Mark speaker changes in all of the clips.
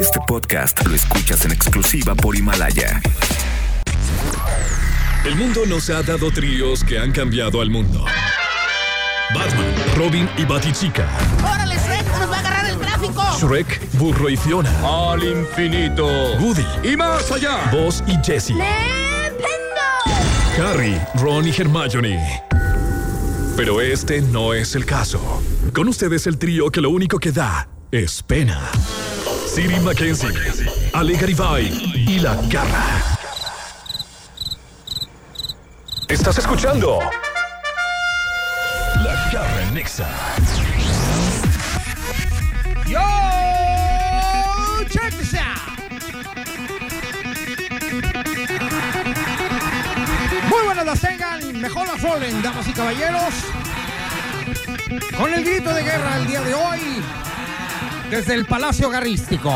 Speaker 1: Este podcast lo escuchas en exclusiva por Himalaya.
Speaker 2: El mundo nos ha dado tríos que han cambiado al mundo. Batman, Robin y Batichica.
Speaker 3: ¡Órale, Shrek! ¡Nos va a agarrar el tráfico!
Speaker 2: Shrek, Burro y Fiona.
Speaker 4: Al infinito.
Speaker 2: Woody,
Speaker 4: Y más allá.
Speaker 2: Buzz y Jesse. Harry, Ron y Hermione. Pero este no es el caso. Con ustedes el trío que lo único que da es pena. Siri Mackenzie, Ale Garibay y La Garra. Estás escuchando La Garra en Nexa.
Speaker 3: ¡Yo! ¡Check this out! Muy buenas las tengan, mejor las rolen, damas y caballeros. Con el grito de guerra el día de hoy, desde el Palacio Garrístico.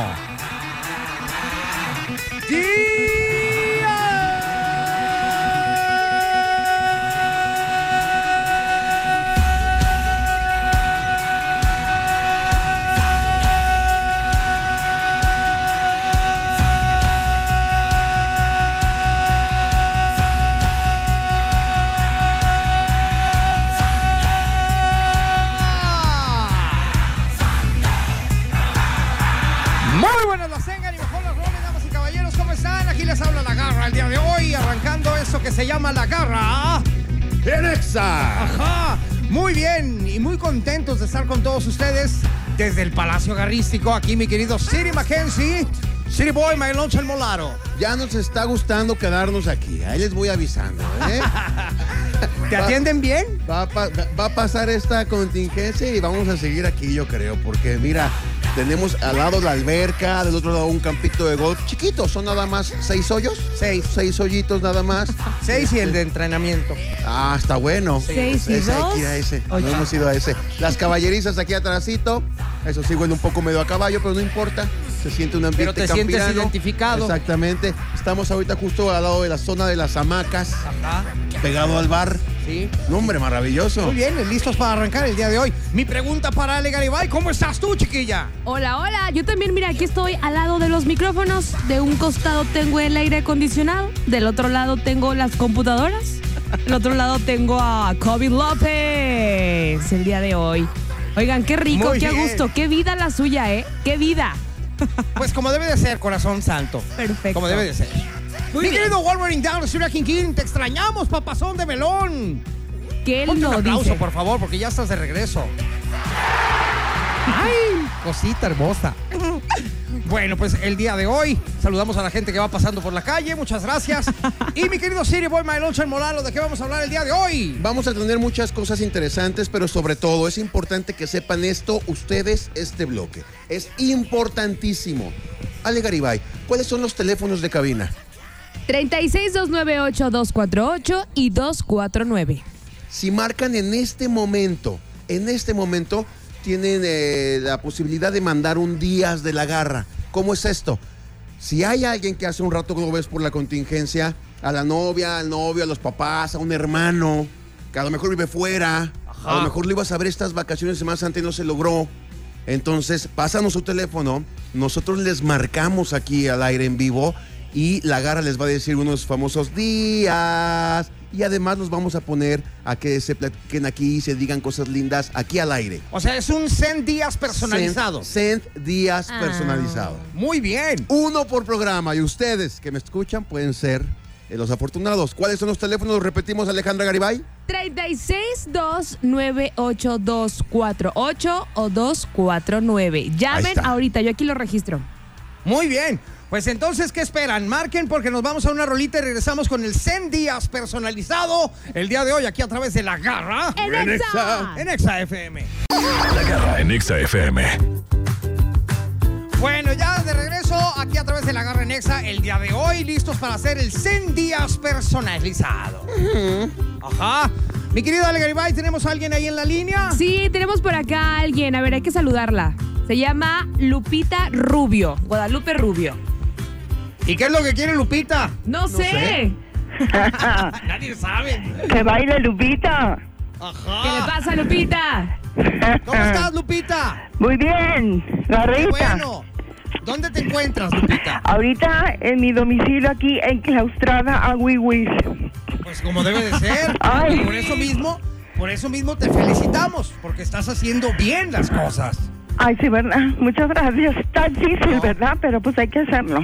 Speaker 3: Muy buenas las tengan y mejor las roles, damas y caballeros. ¿Cómo están? Aquí les habla la garra el día de hoy, arrancando eso que se llama la garra.
Speaker 4: Enexa.
Speaker 3: Ajá. Muy bien y muy contentos de estar con todos ustedes desde el Palacio Garrístico. Aquí mi querido Siri Mackenzie, Siri Boy, My Lunch el Molaro.
Speaker 5: Ya nos está gustando quedarnos aquí. Ahí les voy avisando. ¿eh?
Speaker 3: ¿Te atienden bien?
Speaker 5: Va, a pa- va a pasar esta contingencia y vamos a seguir aquí, yo creo. Porque mira, tenemos al lado la alberca, del otro lado un campito de golf. Chiquito, son nada más seis hoyos.
Speaker 3: Seis.
Speaker 5: Seis hoyitos nada más.
Speaker 3: Seis y el de entrenamiento.
Speaker 5: Ah, está bueno.
Speaker 6: Seis y
Speaker 5: Ese, hay que ir a
Speaker 6: dos,
Speaker 5: ese. No
Speaker 6: ocho.
Speaker 5: hemos ido a ese. Las caballerizas aquí atrásito. Eso sí huele un poco medio a caballo, pero no importa. Se siente un ambiente
Speaker 3: Pero te sientes
Speaker 5: campirano.
Speaker 3: identificado.
Speaker 5: Exactamente. Estamos ahorita justo al lado de la zona de las hamacas,
Speaker 3: Ajá.
Speaker 5: pegado al bar.
Speaker 3: Sí.
Speaker 5: No, hombre, maravilloso.
Speaker 3: Muy bien, listos para arrancar el día de hoy. Mi pregunta para Ale Garibay, ¿cómo estás tú, chiquilla?
Speaker 6: Hola, hola. Yo también, mira, aquí estoy al lado de los micrófonos. De un costado tengo el aire acondicionado. Del otro lado tengo las computadoras. Del otro lado tengo a Kobe López el día de hoy. Oigan, qué rico,
Speaker 3: Muy
Speaker 6: qué
Speaker 3: bien.
Speaker 6: gusto, qué vida la suya, ¿eh? Qué vida.
Speaker 3: Pues como debe de ser, corazón santo.
Speaker 6: Perfecto.
Speaker 3: Como debe de ser.
Speaker 6: Muy
Speaker 3: Mi
Speaker 6: bien.
Speaker 3: querido Wolverine Down, Sir King King, te extrañamos, papazón de melón.
Speaker 6: ¿Qué
Speaker 3: Ponte un
Speaker 6: no
Speaker 3: aplauso,
Speaker 6: dice?
Speaker 3: por favor, porque ya estás de regreso. ¡Ay! Cosita hermosa. Bueno, pues el día de hoy saludamos a la gente que va pasando por la calle. Muchas gracias. Y mi querido Siri Boy My Lunch Molano, ¿de qué vamos a hablar el día de hoy?
Speaker 5: Vamos a tener muchas cosas interesantes, pero sobre todo es importante que sepan esto ustedes, este bloque. Es importantísimo. Ale Garibay, ¿cuáles son los teléfonos de cabina?
Speaker 6: 36-298-248 y 249.
Speaker 5: Si marcan en este momento, en este momento, tienen eh, la posibilidad de mandar un Días de la Garra. ¿Cómo es esto? Si hay alguien que hace un rato lo ves por la contingencia, a la novia, al novio, a los papás, a un hermano, que a lo mejor vive fuera, a lo mejor lo ibas a ver estas vacaciones más antes y no se logró. Entonces, pásanos su teléfono, nosotros les marcamos aquí al aire en vivo y la garra les va a decir unos famosos días. Y además los vamos a poner a que se platiquen aquí y se digan cosas lindas aquí al aire.
Speaker 3: O sea, es un Zen Díaz personalizado.
Speaker 5: Send, send días
Speaker 6: Ah.
Speaker 5: personalizado.
Speaker 3: Muy bien.
Speaker 5: Uno por programa y ustedes que me escuchan pueden ser eh, los afortunados. ¿Cuáles son los teléfonos? Los repetimos, Alejandra Garibay.
Speaker 6: 36-298-248 o 249. Llamen
Speaker 5: está.
Speaker 6: ahorita, yo aquí lo registro.
Speaker 3: Muy bien. Pues entonces, ¿qué esperan? Marquen porque nos vamos a una rolita y regresamos con el Zen Díaz personalizado el día de hoy aquí a través de la garra
Speaker 6: ¡En Exa!
Speaker 3: en Exa FM.
Speaker 2: La Garra en Nexa FM.
Speaker 3: Bueno, ya de regreso aquí a través de la Garra Nexa el día de hoy, listos para hacer el 100 días personalizado. Ajá. Mi querido Ale Garibay, ¿tenemos a alguien ahí en la línea?
Speaker 6: Sí, tenemos por acá a alguien. A ver, hay que saludarla. Se llama Lupita Rubio, Guadalupe Rubio.
Speaker 3: ¿Y qué es lo que quiere Lupita? Ah,
Speaker 6: No, sé.
Speaker 5: sé.
Speaker 3: Nadie sabe.
Speaker 7: Que baile Lupita.
Speaker 6: ¿Qué le
Speaker 3: Ajá.
Speaker 6: pasa, Lupita?
Speaker 7: Eh.
Speaker 3: ¿Cómo estás, Lupita?
Speaker 7: Muy bien,
Speaker 3: Qué
Speaker 7: Garrita.
Speaker 3: Bueno. ¿Dónde te encuentras, Lupita?
Speaker 7: Ahorita en mi domicilio aquí enclaustrada a Wiwis.
Speaker 3: Pues como debe de ser.
Speaker 7: Ay.
Speaker 3: Y Por eso mismo, por eso mismo te felicitamos, porque estás haciendo bien las cosas.
Speaker 7: Ay, sí, ¿verdad? Muchas gracias. Está difícil,
Speaker 3: No.
Speaker 7: ¿verdad? Pero pues hay que hacerlo.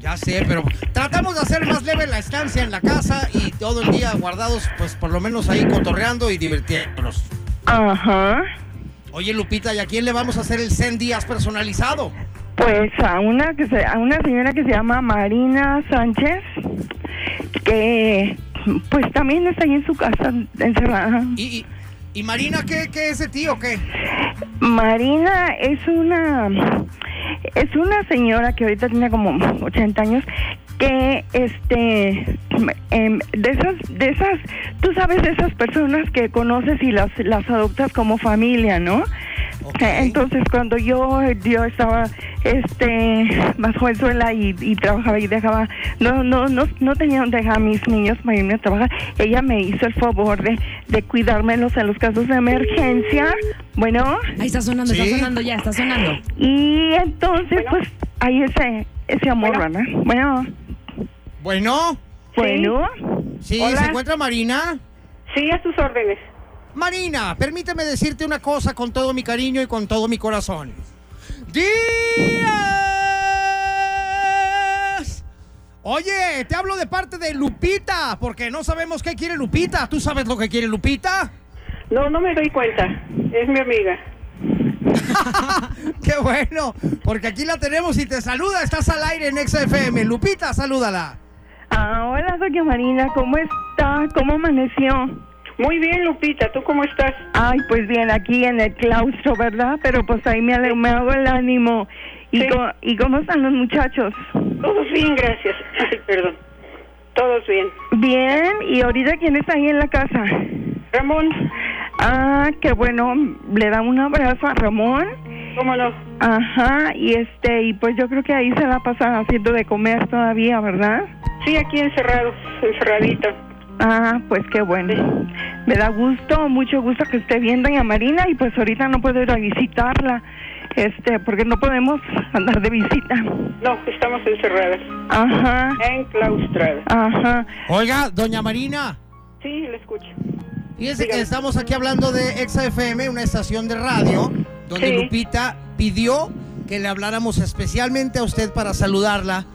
Speaker 3: Ya sé, pero tratamos de hacer más leve la estancia en la casa y todo el día guardados, pues por lo menos ahí cotorreando y divirtiéndonos.
Speaker 7: Ajá.
Speaker 3: Oye, Lupita, ¿y a quién le vamos a hacer el 100 días personalizado?
Speaker 7: Pues a una que se, a una señora que se llama Marina Sánchez, que pues también está ahí en su casa encerrada.
Speaker 3: ¿Y, y, y Marina qué, qué es de ti o qué?
Speaker 7: Marina es una es una señora que ahorita tiene como 80 años que este em, de esas de esas tú sabes de esas personas que conoces y las las adoptas como familia, ¿no?
Speaker 3: Ok.
Speaker 7: Eh, Entonces cuando yo yo estaba este bajo el suelo y, y trabajaba y dejaba no no no no tenía donde dejar a mis niños para irme a trabajar ella me hizo el favor de, de cuidármelos en los casos de emergencia bueno
Speaker 6: Ahí está sonando,
Speaker 3: Sí.
Speaker 6: está sonando ya, está sonando.
Speaker 7: y entonces pues hay ese ese amor ¿verdad? bueno
Speaker 3: Bueno,
Speaker 7: bueno
Speaker 3: sí,
Speaker 8: Hola.
Speaker 3: ¿se encuentra Marina?
Speaker 8: Sí, a sus órdenes.
Speaker 3: Marina, permíteme decirte una cosa con todo mi cariño y con todo mi corazón. ¡Días! Oye, te hablo de parte de Lupita, porque no sabemos qué quiere Lupita. ¿Tú sabes lo que quiere Lupita?
Speaker 8: No, no me doy cuenta. Es mi amiga.
Speaker 3: ¡Qué bueno! Porque aquí la tenemos y te saluda. Estás al aire en XFM. Lupita, salúdala.
Speaker 7: ah, hola doña Marina cómo está cómo amaneció
Speaker 8: Muy bien, Lupita. ¿Tú cómo estás?
Speaker 7: Ay, pues bien, aquí en el claustro, ¿verdad? Pero pues ahí me, ale- me hago el ánimo. ¿Y,
Speaker 8: Sí.
Speaker 7: co- ¿Y cómo están los muchachos?
Speaker 8: Todos bien, gracias. Ay, perdón. Todos bien.
Speaker 7: Bien, ¿y ahorita quién está ahí en la casa?
Speaker 8: Ramón,
Speaker 7: Ah, qué bueno, le da un abrazo a Ramón.
Speaker 8: ¿cómo no?
Speaker 7: Ajá, y este, y pues yo creo que ahí se la pasan haciendo de comer todavía, ¿verdad?
Speaker 8: Sí, aquí encerrado, encerradito.
Speaker 7: Ah, pues qué bueno. Me da gusto, mucho gusto que esté bien doña Marina y pues ahorita no puedo ir a visitarla, este, porque no podemos andar de visita.
Speaker 8: No, estamos encerradas,
Speaker 7: Ajá,
Speaker 8: enclaustradas.
Speaker 7: ajá.
Speaker 3: Oiga, doña Marina.
Speaker 8: Sí, la escucho.
Speaker 3: Fíjense que
Speaker 8: Dígame.
Speaker 3: estamos aquí hablando de ExaFM, una estación de radio, donde
Speaker 8: Sí.
Speaker 3: Lupita pidió que le habláramos especialmente a usted para saludarla,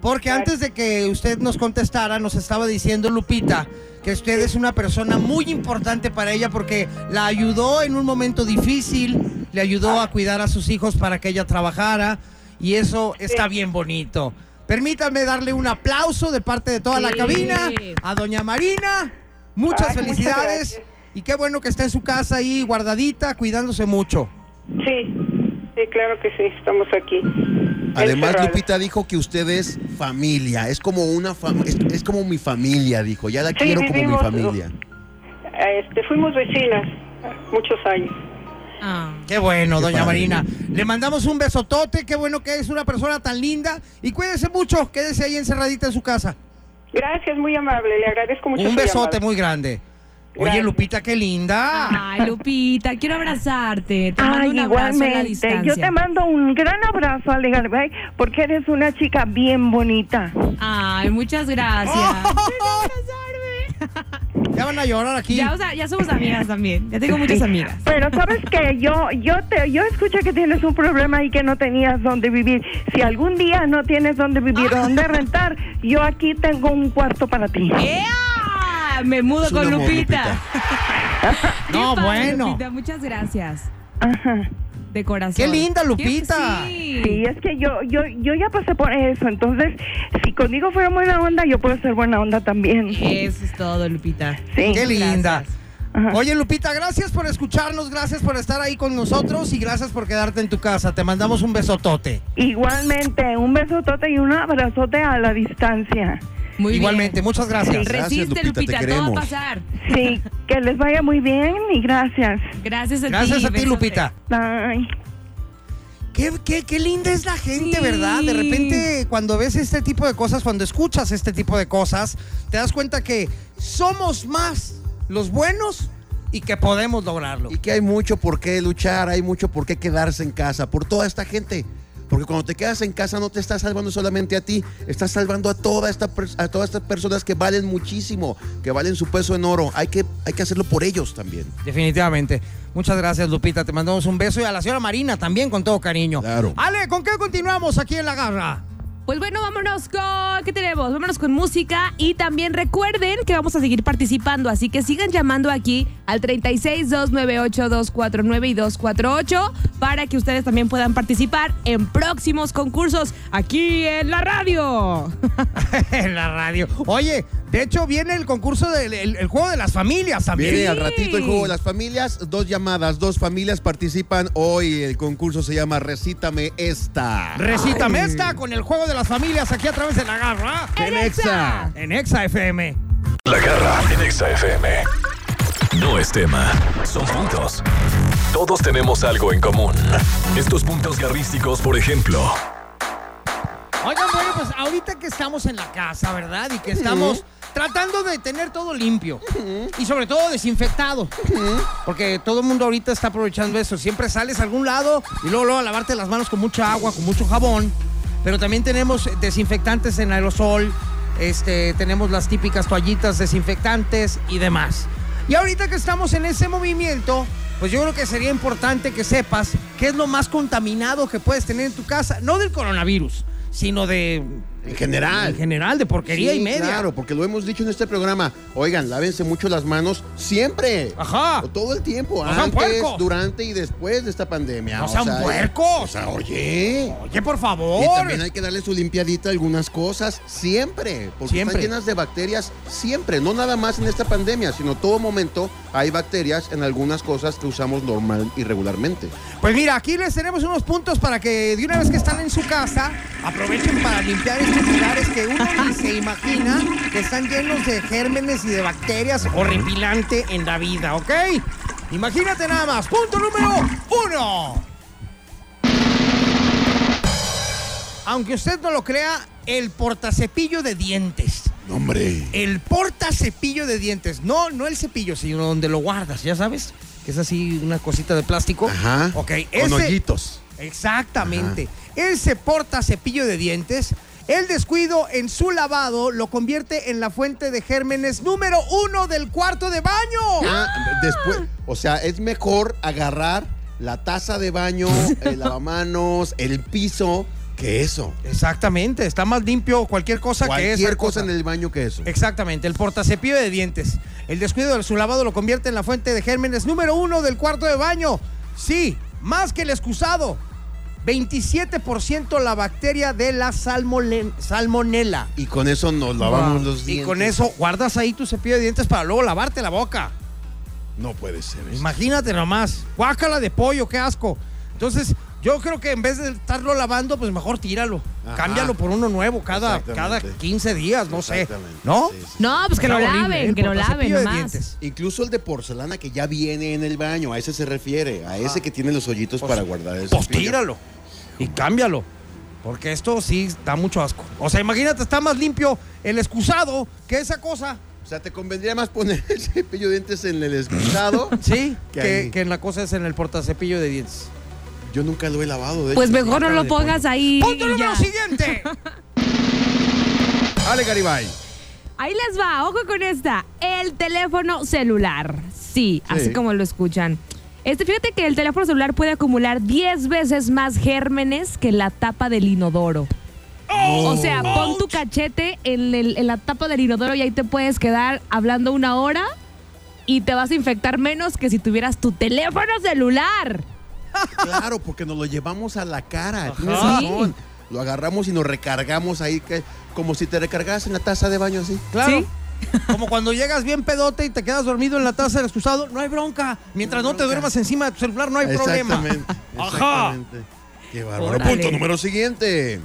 Speaker 3: porque
Speaker 8: Claro.
Speaker 3: antes de que usted nos contestara, nos estaba diciendo Lupita que usted es una persona muy importante para ella porque la ayudó en un momento difícil, le ayudó a cuidar a sus hijos para que ella trabajara, y eso está bien bonito. Permítame darle un aplauso de parte de toda la
Speaker 6: Sí.
Speaker 3: cabina a doña Marina. Muchas
Speaker 8: Ay, muchas
Speaker 3: felicidades.
Speaker 8: gracias.
Speaker 3: y qué bueno que está en su casa ahí guardadita, cuidándose mucho.
Speaker 8: Sí, sí, claro que sí, estamos aquí.
Speaker 5: Además,
Speaker 8: encerradas.
Speaker 5: Lupita dijo que usted es familia. Es como una fam- es, es como mi familia, dijo. Ya la quiero como mi
Speaker 8: vivimos-
Speaker 5: familia.
Speaker 8: Este, fuimos vecinas muchos años.
Speaker 6: Ah.
Speaker 3: Qué bueno,
Speaker 5: Qué
Speaker 3: doña
Speaker 5: padre.
Speaker 3: Marina. Le mandamos un besotote. Qué bueno que es una persona tan linda. Y cuídese mucho. Quédese ahí encerradita en su casa.
Speaker 8: Gracias, muy amable. Le agradezco mucho.
Speaker 3: un
Speaker 8: su
Speaker 3: besote
Speaker 8: llamada.
Speaker 3: muy grande. Oye,
Speaker 8: Gracias.
Speaker 3: Lupita, qué linda.
Speaker 6: Ay, Lupita, quiero abrazarte. Te mando
Speaker 7: Ay,
Speaker 6: un abrazo a la distancia.
Speaker 7: igualmente. Yo te mando un gran abrazo, Ale Garibay, porque eres una chica bien bonita.
Speaker 6: Ay, muchas gracias.
Speaker 3: Ya van a llorar aquí.
Speaker 6: Ya, o sea, ya somos amigas también. Ya tengo muchas amigas.
Speaker 7: Pero sabes que yo yo te yo escuché que tienes un problema y que no tenías dónde vivir. Si algún día no tienes dónde vivir o dónde rentar, yo aquí tengo un cuarto para ti.
Speaker 6: ¡Ea! Me mudo
Speaker 5: Es un
Speaker 6: con
Speaker 5: amor,
Speaker 6: Lupita. Qué
Speaker 3: No,
Speaker 6: padre,
Speaker 3: bueno.
Speaker 6: Lupita, muchas gracias.
Speaker 7: Ajá.
Speaker 6: De corazón.
Speaker 3: Qué linda, Lupita.
Speaker 6: Sí.
Speaker 7: Sí, es que yo yo yo ya pasé por eso, entonces si conmigo fuera buena onda, yo puedo ser buena onda también.
Speaker 6: Eso es todo, Lupita.
Speaker 7: Sí.
Speaker 3: Qué linda.
Speaker 6: Gracias.
Speaker 7: Ajá.
Speaker 3: Oye, Lupita, gracias por escucharnos, gracias por estar ahí con nosotros y gracias por quedarte en tu casa. Te mandamos un besotote.
Speaker 7: Igualmente, un besotote y un abrazote a la distancia.
Speaker 6: Muy bien.
Speaker 3: Igualmente, muchas gracias.
Speaker 5: Gracias, Lupita, te
Speaker 6: Resiste, Lupita, todo va a
Speaker 5: queremos.
Speaker 6: pasar.
Speaker 7: Sí, que les vaya muy bien y gracias.
Speaker 6: Gracias a ti.
Speaker 3: Gracias a ti,
Speaker 6: besote.
Speaker 3: Lupita.
Speaker 7: Bye.
Speaker 3: Qué, qué- qué linda es la gente,
Speaker 6: Sí.
Speaker 3: ¿verdad? De repente, cuando ves este tipo de cosas, cuando escuchas este tipo de cosas, te das cuenta que somos más los buenos y que podemos lograrlo.
Speaker 5: Y que hay mucho por qué luchar, hay mucho por qué quedarse en casa por toda esta gente. Porque cuando te quedas en casa no te estás salvando solamente a ti, estás salvando a, toda esta per- a todas estas personas que valen muchísimo, que valen su peso en oro. Hay que, hay que hacerlo por ellos también.
Speaker 3: Definitivamente. Muchas gracias, Lupita. Te mandamos un beso y a la señora Marina también con todo cariño.
Speaker 5: Claro.
Speaker 3: Ale, ¿con qué continuamos aquí en la garra?
Speaker 6: Pues bueno, vámonos con. ¿Qué tenemos? Vámonos con música. Y también recuerden que vamos a seguir participando. Así que sigan llamando aquí al 36-298-249 y 248 para que ustedes también puedan participar en próximos concursos aquí en la radio.
Speaker 3: en la radio. Oye, de hecho viene el concurso del el- el juego de las familias también.
Speaker 5: Viene
Speaker 6: Sí.
Speaker 5: al ratito el juego de las familias, dos llamadas, dos familias participan hoy. El concurso se llama Recítame esta.
Speaker 3: Recítame esta con el juego de las familias aquí a través de la garra.
Speaker 6: ¡En Exa!
Speaker 3: En Exa FM.
Speaker 2: La garra en Exa FM. No es tema, son puntos. Todos tenemos algo en común. Estos puntos garrísticos, por ejemplo.
Speaker 3: Oigan, bueno, pues ahorita que estamos en la casa, ¿verdad? Y que estamos tratando de tener todo limpio. Y sobre todo desinfectado. Porque todo el mundo ahorita está aprovechando eso. Siempre sales a algún lado y luego, luego a lavarte las manos con mucha agua, con mucho jabón. Pero también tenemos desinfectantes en aerosol. Este, tenemos las típicas toallitas desinfectantes y demás. Y ahorita que estamos en ese movimiento, pues yo creo que sería importante que sepas qué es lo más contaminado que puedes tener en tu casa. No del coronavirus, sino de...
Speaker 5: En general.
Speaker 3: En general, de porquería y
Speaker 5: Sí,
Speaker 3: media.
Speaker 5: Claro, porque lo hemos dicho en este programa. Oigan, lávense mucho las manos siempre.
Speaker 3: Ajá.
Speaker 5: O todo el tiempo.
Speaker 3: No sean
Speaker 5: antes,
Speaker 3: puercos.
Speaker 5: durante y después de esta pandemia.
Speaker 3: No
Speaker 5: O
Speaker 3: sean
Speaker 5: sea,
Speaker 3: puercos.
Speaker 5: O sea, oye.
Speaker 3: Oye, por favor.
Speaker 5: Y también hay que darle su limpiadita a algunas cosas siempre, porque
Speaker 3: Siempre.
Speaker 5: están llenas de bacterias siempre, no nada más en esta pandemia, sino todo momento hay bacterias en algunas cosas que usamos normal y regularmente.
Speaker 3: Pues mira, aquí les tenemos unos puntos para que de una vez que están en su casa, aprovechen para limpiar estos lugares que uno ni se imagina que están llenos de gérmenes y de bacterias horripilante en la vida, ¿ok? Imagínate nada más. Punto número uno. Aunque usted no lo crea, el portacepillo de dientes.
Speaker 5: Hombre.
Speaker 3: El porta cepillo de dientes. No, no el cepillo, sino donde lo guardas, ya sabes. Que es así una cosita de plástico.
Speaker 5: Ajá.
Speaker 3: Ok,
Speaker 5: Con
Speaker 3: ese.
Speaker 5: hoyitos.
Speaker 3: Exactamente. Ese porta cepillo de dientes. El descuido en su lavado lo convierte en la fuente de gérmenes número uno del cuarto de baño.
Speaker 5: Ah, después, o sea, es mejor agarrar la taza de baño, el lavamanos, el piso, que eso.
Speaker 3: Exactamente. Está más limpio cualquier cosa que esa
Speaker 5: Cualquier cosa en el baño que eso.
Speaker 3: Exactamente, el portacepillo de dientes. El descuido de su lavado lo convierte en la fuente de gérmenes número uno del cuarto de baño. Sí, más que el excusado. 27% la bacteria de la salmolen- salmonela. Ah,
Speaker 5: Y con eso nos lavamos los
Speaker 3: Y
Speaker 5: dientes.
Speaker 3: con eso guardas ahí tu cepillo de dientes para luego lavarte la boca.
Speaker 5: No puede ser eso.
Speaker 3: Imagínate nomás. Guácala de pollo, qué asco. Entonces, yo creo que en vez de estarlo lavando, pues mejor tíralo.
Speaker 5: Ajá.
Speaker 3: Cámbialo por uno nuevo cada, cada
Speaker 5: Exactamente.
Speaker 3: 15 días, no sé.
Speaker 5: Exactamente.
Speaker 3: ¿No?
Speaker 5: Sí, sí.
Speaker 6: No, pues que lo
Speaker 3: Está horrible,
Speaker 6: laven,
Speaker 3: el
Speaker 6: que lo laven
Speaker 3: portacepillo de
Speaker 6: nomás.
Speaker 3: dientes.
Speaker 5: Incluso el de porcelana que ya viene en el baño, a ese se refiere, a ese que tiene los hoyitos para guardar eso.
Speaker 3: Pues tíralo y cámbialo. Porque esto sí da mucho asco. O sea, imagínate, está más limpio el excusado que esa cosa.
Speaker 5: O sea, te convendría más poner el cepillo de dientes en el excusado.
Speaker 3: Sí,
Speaker 5: Que
Speaker 3: que,
Speaker 5: ahí.
Speaker 3: que en la cosa es en el portacepillo de dientes.
Speaker 5: Yo nunca lo he lavado, de
Speaker 6: Pues
Speaker 5: hecho.
Speaker 6: mejor no
Speaker 5: Cara
Speaker 6: lo
Speaker 5: de
Speaker 6: pongas ahí.
Speaker 3: ¡Punto
Speaker 6: y
Speaker 3: número
Speaker 6: ya.
Speaker 3: siguiente!
Speaker 5: pollo. Ale Garibay.
Speaker 6: Ahí les va, ojo con esta. El teléfono celular. Sí, así como lo escuchan. Este, fíjate que el teléfono celular puede acumular 10 veces más gérmenes que la tapa del inodoro.
Speaker 5: Oh.
Speaker 6: O sea, pon tu cachete en, el- en la tapa del inodoro y ahí te puedes quedar hablando una hora y te vas a infectar menos que si tuvieras tu teléfono celular.
Speaker 5: pues, Claro, porque nos lo llevamos a la cara. Tienes
Speaker 6: Sí.
Speaker 5: razón. Lo agarramos y nos recargamos ahí, que- como si te recargas en la taza de baño así.
Speaker 3: Claro.
Speaker 6: Sí.
Speaker 3: Como cuando llegas bien pedote y te quedas dormido en la taza del excusado, no hay bronca. Mientras no, te duermas encima de tu celular, no hay problema.
Speaker 5: Exactamente.
Speaker 3: Ajá.
Speaker 5: Exactamente. Qué bárbaro.
Speaker 6: Órale.
Speaker 5: Punto número siguiente.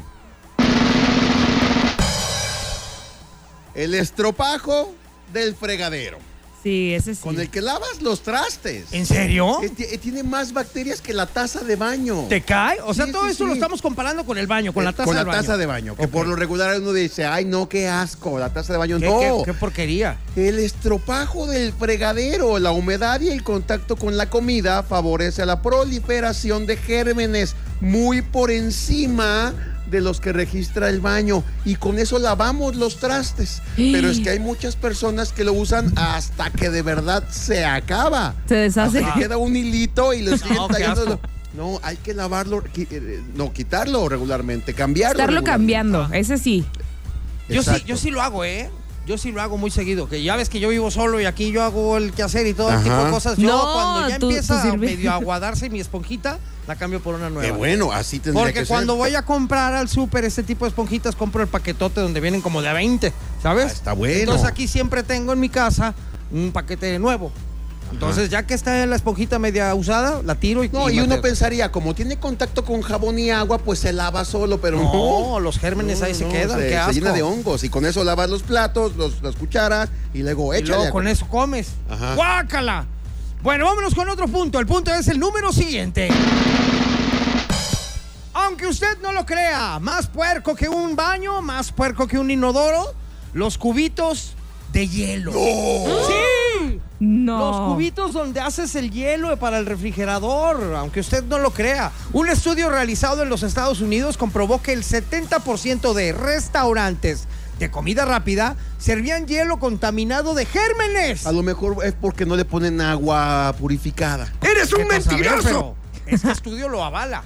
Speaker 5: El estropajo del fregadero.
Speaker 6: Sí, ese sí.
Speaker 5: Con el que lavas los trastes.
Speaker 3: ¿En serio?
Speaker 5: Eh, ti- eh, Tiene más bacterias que la taza de baño.
Speaker 3: ¿Te cae? O sea,
Speaker 5: Sí,
Speaker 3: todo
Speaker 5: sí,
Speaker 3: eso lo
Speaker 5: sí.
Speaker 3: estamos comparando con el baño, con
Speaker 5: Eh,
Speaker 3: la taza
Speaker 5: Con
Speaker 3: del
Speaker 5: la
Speaker 3: baño.
Speaker 5: taza de baño. Que
Speaker 3: Ok.
Speaker 5: por lo regular uno dice, ay, no, qué asco, la taza de baño.
Speaker 3: ¿Qué,
Speaker 5: no.
Speaker 3: qué- qué porquería?
Speaker 5: El estropajo del fregadero, la humedad y el contacto con la comida favorece la proliferación de gérmenes muy por encima de los que registra el baño y con eso lavamos los trastes. Pero es que hay muchas personas que lo usan hasta que de verdad se acaba.
Speaker 6: Se
Speaker 3: Ah,
Speaker 6: deshace.
Speaker 5: Hasta que queda un hilito y lo siguen
Speaker 3: No, qué
Speaker 5: tallando.
Speaker 3: asco.
Speaker 5: No, hay que lavarlo, qui- eh, no quitarlo regularmente, cambiarlo.
Speaker 6: Estarlo
Speaker 5: regularmente.
Speaker 6: cambiando, ese sí.
Speaker 3: Yo sí,
Speaker 5: Exacto.
Speaker 3: yo sí lo hago, ¿eh? Yo sí lo hago muy seguido, que ya ves que yo vivo solo y aquí yo hago el quehacer y todo el tipo de
Speaker 5: Ajá.
Speaker 3: cosas. Yo
Speaker 6: No,
Speaker 3: cuando ya
Speaker 6: tú-
Speaker 3: empieza
Speaker 6: tú
Speaker 3: a
Speaker 6: sirve.
Speaker 3: medio aguadarse mi esponjita, la cambio por una nueva.
Speaker 5: Qué bueno, así tendría que
Speaker 3: Porque
Speaker 5: ser.
Speaker 3: cuando voy a comprar al súper este tipo de esponjitas, compro el paquetote donde vienen como de a 20, ¿sabes?
Speaker 5: Ah, está bueno.
Speaker 3: Entonces aquí siempre tengo en mi casa un paquete de nuevo. Entonces ya que está la esponjita media usada, la tiro y...
Speaker 5: No, y uno
Speaker 3: mate-
Speaker 5: pensaría, como tiene contacto con jabón y agua, pues se lava solo, pero no.
Speaker 3: No, los gérmenes ahí se
Speaker 5: no,
Speaker 3: quedan,
Speaker 5: Se,
Speaker 3: qué
Speaker 5: se
Speaker 3: asco.
Speaker 5: llena de hongos y con eso lavas los platos, los- las cucharas y luego
Speaker 3: Y
Speaker 5: échale.
Speaker 3: luego
Speaker 5: agua.
Speaker 3: con eso comes.
Speaker 5: Ajá.
Speaker 3: ¡Guácala! Bueno, vámonos con otro punto. El punto es el número siguiente. Aunque usted no lo crea, más puerco que un baño, más puerco que un inodoro, los cubitos de hielo. ¡Sí!
Speaker 6: No.
Speaker 3: Los cubitos donde haces el hielo para el refrigerador, aunque usted no lo crea. Un estudio realizado en los Estados Unidos comprobó que el 70% de restaurantes de comida rápida servían hielo contaminado de gérmenes.
Speaker 5: A lo mejor es porque no le ponen agua purificada.
Speaker 4: ¡Eres un
Speaker 3: Vete a saber,
Speaker 4: mentiroso!
Speaker 3: pero Este estudio lo avala.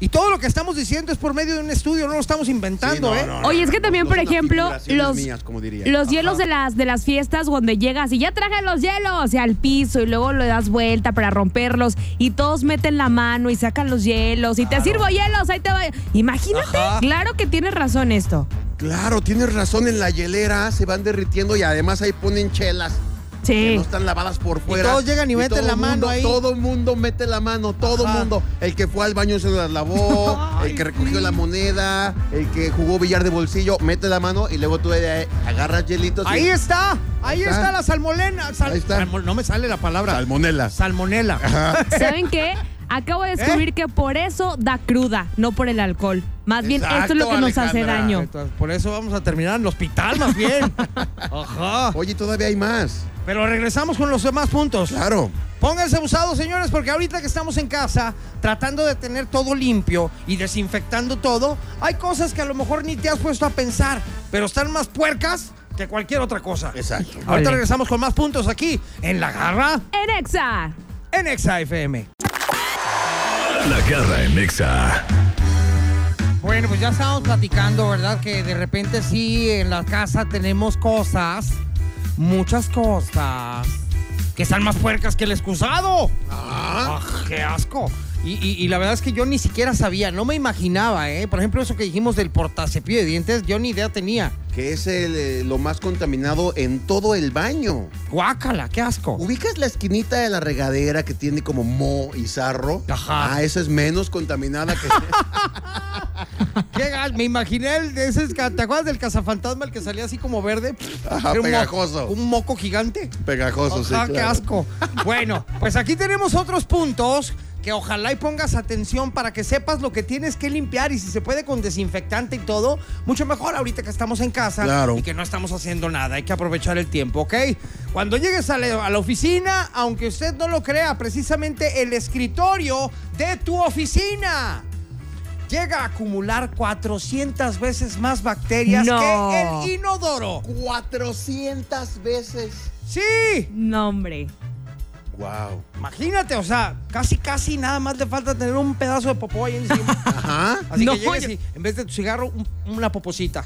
Speaker 3: Y todo lo que estamos diciendo es por medio de un estudio, no lo estamos inventando,
Speaker 5: Sí, no,
Speaker 3: ¿eh?
Speaker 5: no, no,
Speaker 6: Oye, es que
Speaker 5: no,
Speaker 6: también,
Speaker 5: no
Speaker 6: por
Speaker 5: son
Speaker 6: ejemplo,
Speaker 5: afiguraciones
Speaker 6: los,
Speaker 5: mías, como diría.
Speaker 6: los hielos de las, de las fiestas donde llegas y ya traje los hielos y al piso y luego le das vuelta para romperlos y todos meten la mano y sacan los hielos y te sirvo hielos, ahí te va. Imagínate,
Speaker 3: Ajá.
Speaker 6: claro que tienes razón esto.
Speaker 5: Claro, tienes razón, en la hielera se van derritiendo y además ahí ponen chelas. Que
Speaker 6: Sí.
Speaker 5: no están lavadas por fuera.
Speaker 3: todos llegan y meten
Speaker 5: todo
Speaker 3: la mano
Speaker 5: mundo-
Speaker 3: ahí.
Speaker 5: Todo mundo mete la mano, todo
Speaker 3: Ajá.
Speaker 5: mundo. El que fue al baño se las lavó, el que recogió la moneda, el que jugó billar de bolsillo, mete la mano y luego tú eh, agarras hielitos.
Speaker 3: Ahí
Speaker 5: y...
Speaker 3: está, ahí
Speaker 5: Ahí está.
Speaker 3: está la salmolena. sal-
Speaker 5: Ahí está.
Speaker 3: salmo- no me sale la palabra.
Speaker 5: Salmonelas.
Speaker 3: Salmonela.
Speaker 6: ¿Saben qué? Acabo
Speaker 5: ¿Eh?
Speaker 6: de descubrir que por eso da cruda, no por el alcohol. Más bien, esto es lo que
Speaker 5: Exacto,
Speaker 6: nos hace
Speaker 5: Alejandra.
Speaker 6: daño.
Speaker 3: Entonces, por eso vamos a terminar en el hospital más bien. Ajá.
Speaker 5: Oye, todavía hay más.
Speaker 3: Pero regresamos con los demás puntos.
Speaker 5: Claro.
Speaker 3: Pónganse abusados, señores, porque ahorita que estamos en casa, tratando de tener todo limpio y desinfectando todo, hay cosas que a lo mejor ni te has puesto a pensar, pero están más puercas que cualquier otra cosa.
Speaker 5: Exacto.
Speaker 3: Ahorita
Speaker 6: Ole.
Speaker 3: regresamos con más puntos aquí, en La Garra,
Speaker 6: En Exa.
Speaker 3: en Exa FM.
Speaker 2: La garra en Exa.
Speaker 3: Bueno, pues ya estábamos platicando, ¿verdad? Que de repente sí, en la casa tenemos cosas, muchas cosas, que están más puercas que el excusado. ¡Ah! ¡Qué asco! Y, y- y la verdad es que yo ni siquiera sabía, no me imaginaba, ¿eh? Por ejemplo, eso que dijimos del portacepillo de dientes, yo ni idea tenía.
Speaker 5: Que es el, eh, lo más contaminado en todo el baño.
Speaker 3: ¡Guácala! ¡Qué asco!
Speaker 5: ¿Ubicas la esquinita de la regadera que tiene como mo y sarro?
Speaker 3: Ajá.
Speaker 5: Ah, esa es menos contaminada que...
Speaker 3: ¡Qué gas! Me imaginé el de ese, ¿te acuerdas del cazafantasma, el que salía así como verde?
Speaker 5: Ajá,
Speaker 3: Era un mo-
Speaker 5: pegajoso.
Speaker 3: Un moco gigante.
Speaker 5: Pegajoso, Oh, sí,
Speaker 3: Ajá, Ah, qué
Speaker 5: claro.
Speaker 3: asco. Bueno, pues aquí tenemos otros puntos que ojalá y pongas atención para que sepas lo que tienes que limpiar y si se puede con desinfectante y todo, mucho mejor ahorita que estamos en casa
Speaker 5: Claro.
Speaker 3: y que no estamos haciendo nada. Hay que aprovechar el tiempo, ¿ok? Cuando llegues a la, a la oficina, aunque usted no lo crea, precisamente el escritorio de tu oficina llega a acumular 400 veces más bacterias
Speaker 6: No.
Speaker 3: que el inodoro.
Speaker 5: 400 veces.
Speaker 3: Sí.
Speaker 6: No, hombre.
Speaker 5: Wow.
Speaker 3: Imagínate, o sea, casi, casi nada más le falta tener un pedazo de popó ahí encima.
Speaker 5: Ajá.
Speaker 3: Así
Speaker 6: No,
Speaker 3: que llegues
Speaker 6: oye.
Speaker 3: y, en vez de tu cigarro, un- una poposita.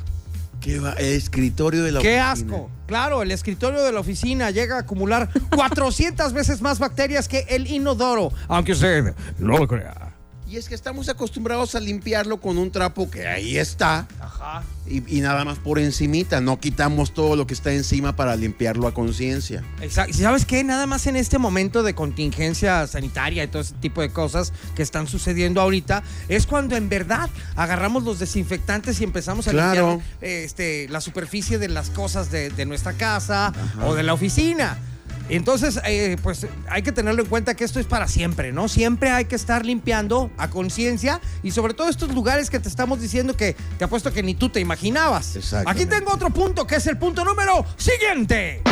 Speaker 5: Qué va- el escritorio de la
Speaker 3: ¡Qué
Speaker 5: oficina.
Speaker 3: asco! Claro, el escritorio de la oficina llega a acumular 400 veces más bacterias que el inodoro. Aunque usted no lo crea.
Speaker 5: Y es que estamos acostumbrados a limpiarlo con un trapo que ahí está
Speaker 3: Ajá.
Speaker 5: y, y nada más por encimita. No quitamos todo lo que está encima para limpiarlo a conciencia.
Speaker 3: Exacto. ¿Sabes qué? Nada más en este momento de contingencia sanitaria y todo ese tipo de cosas que están sucediendo ahorita, es cuando en verdad agarramos los desinfectantes y empezamos a
Speaker 5: Claro.
Speaker 3: limpiar eh, este, la superficie de las cosas de, de nuestra casa o de la oficina. Entonces, eh, pues hay que tenerlo en cuenta que esto es para siempre, ¿no? Siempre hay que estar limpiando a conciencia y sobre todo estos lugares que te estamos diciendo que te apuesto que ni tú te imaginabas.
Speaker 5: Exactamente.
Speaker 3: Aquí tengo otro punto que es el punto número siguiente.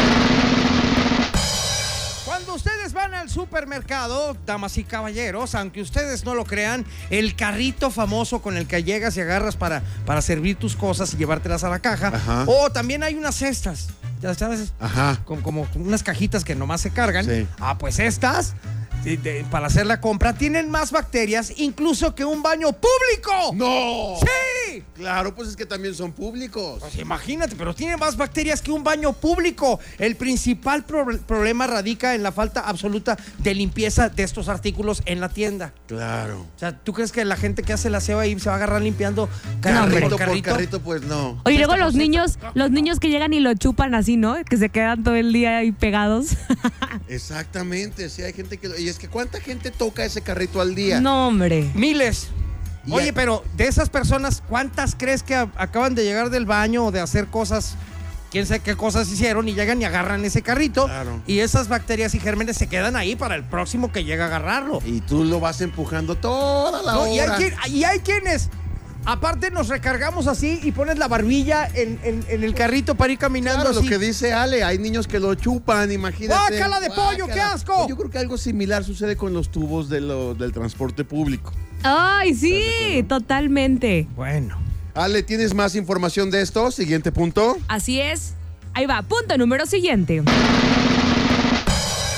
Speaker 3: Cuando ustedes van al supermercado, damas y caballeros, aunque ustedes no lo crean, el carrito famoso con el que llegas y agarras para, para servir tus cosas y llevártelas a la caja.
Speaker 5: Ajá.
Speaker 3: O también hay unas cestas. Ya sabes,
Speaker 5: Ajá.
Speaker 3: como, como unas cajitas que nomás se cargan.
Speaker 5: Sí.
Speaker 3: Ah, pues estas, de- de- para hacer la compra, tienen más bacterias incluso que un baño público.
Speaker 5: ¡No!
Speaker 3: ¡Sí!
Speaker 5: Claro, pues es que también son públicos.
Speaker 3: Pues imagínate, pero tiene más bacterias que un baño público. El principal pro- problema radica en la falta absoluta de limpieza de estos artículos en la tienda.
Speaker 5: Claro.
Speaker 3: O sea, ¿tú crees que la gente que hace la ceba ahí se va a agarrar limpiando carrito
Speaker 5: Carrito por
Speaker 3: por
Speaker 5: carrito, pues no.
Speaker 6: Oye, luego los niños, los niños que llegan y lo chupan así, ¿no? Que se quedan todo el día ahí pegados.
Speaker 5: Exactamente, sí hay gente que... lo- Y es que ¿cuánta gente toca ese carrito al día?
Speaker 6: No, hombre.
Speaker 3: Miles.
Speaker 5: Y
Speaker 3: Oye,
Speaker 5: hay-
Speaker 3: pero de esas personas, ¿cuántas crees que a- acaban de llegar del baño o de hacer cosas? Quién sabe qué cosas hicieron y llegan y agarran ese carrito.
Speaker 5: Claro.
Speaker 3: Y esas bacterias y gérmenes se quedan ahí para el próximo que llega a agarrarlo.
Speaker 5: Y tú lo vas empujando toda la
Speaker 3: No,
Speaker 5: hora.
Speaker 3: y, hay quien- y hay quienes, aparte nos recargamos así y pones la barbilla en, en- en el carrito para ir caminando
Speaker 5: Claro, lo
Speaker 3: así.
Speaker 5: que dice Ale, hay niños que lo chupan, imagínate.
Speaker 3: ¡Guácala de pollo, qué asco!
Speaker 5: Pues Yo creo que algo similar sucede con los tubos de lo- del transporte público.
Speaker 6: Ay, sí, totalmente.
Speaker 3: Bueno.
Speaker 5: Ale, ¿tienes más información de esto? Siguiente punto.
Speaker 6: Así es. Ahí va, punto número siguiente.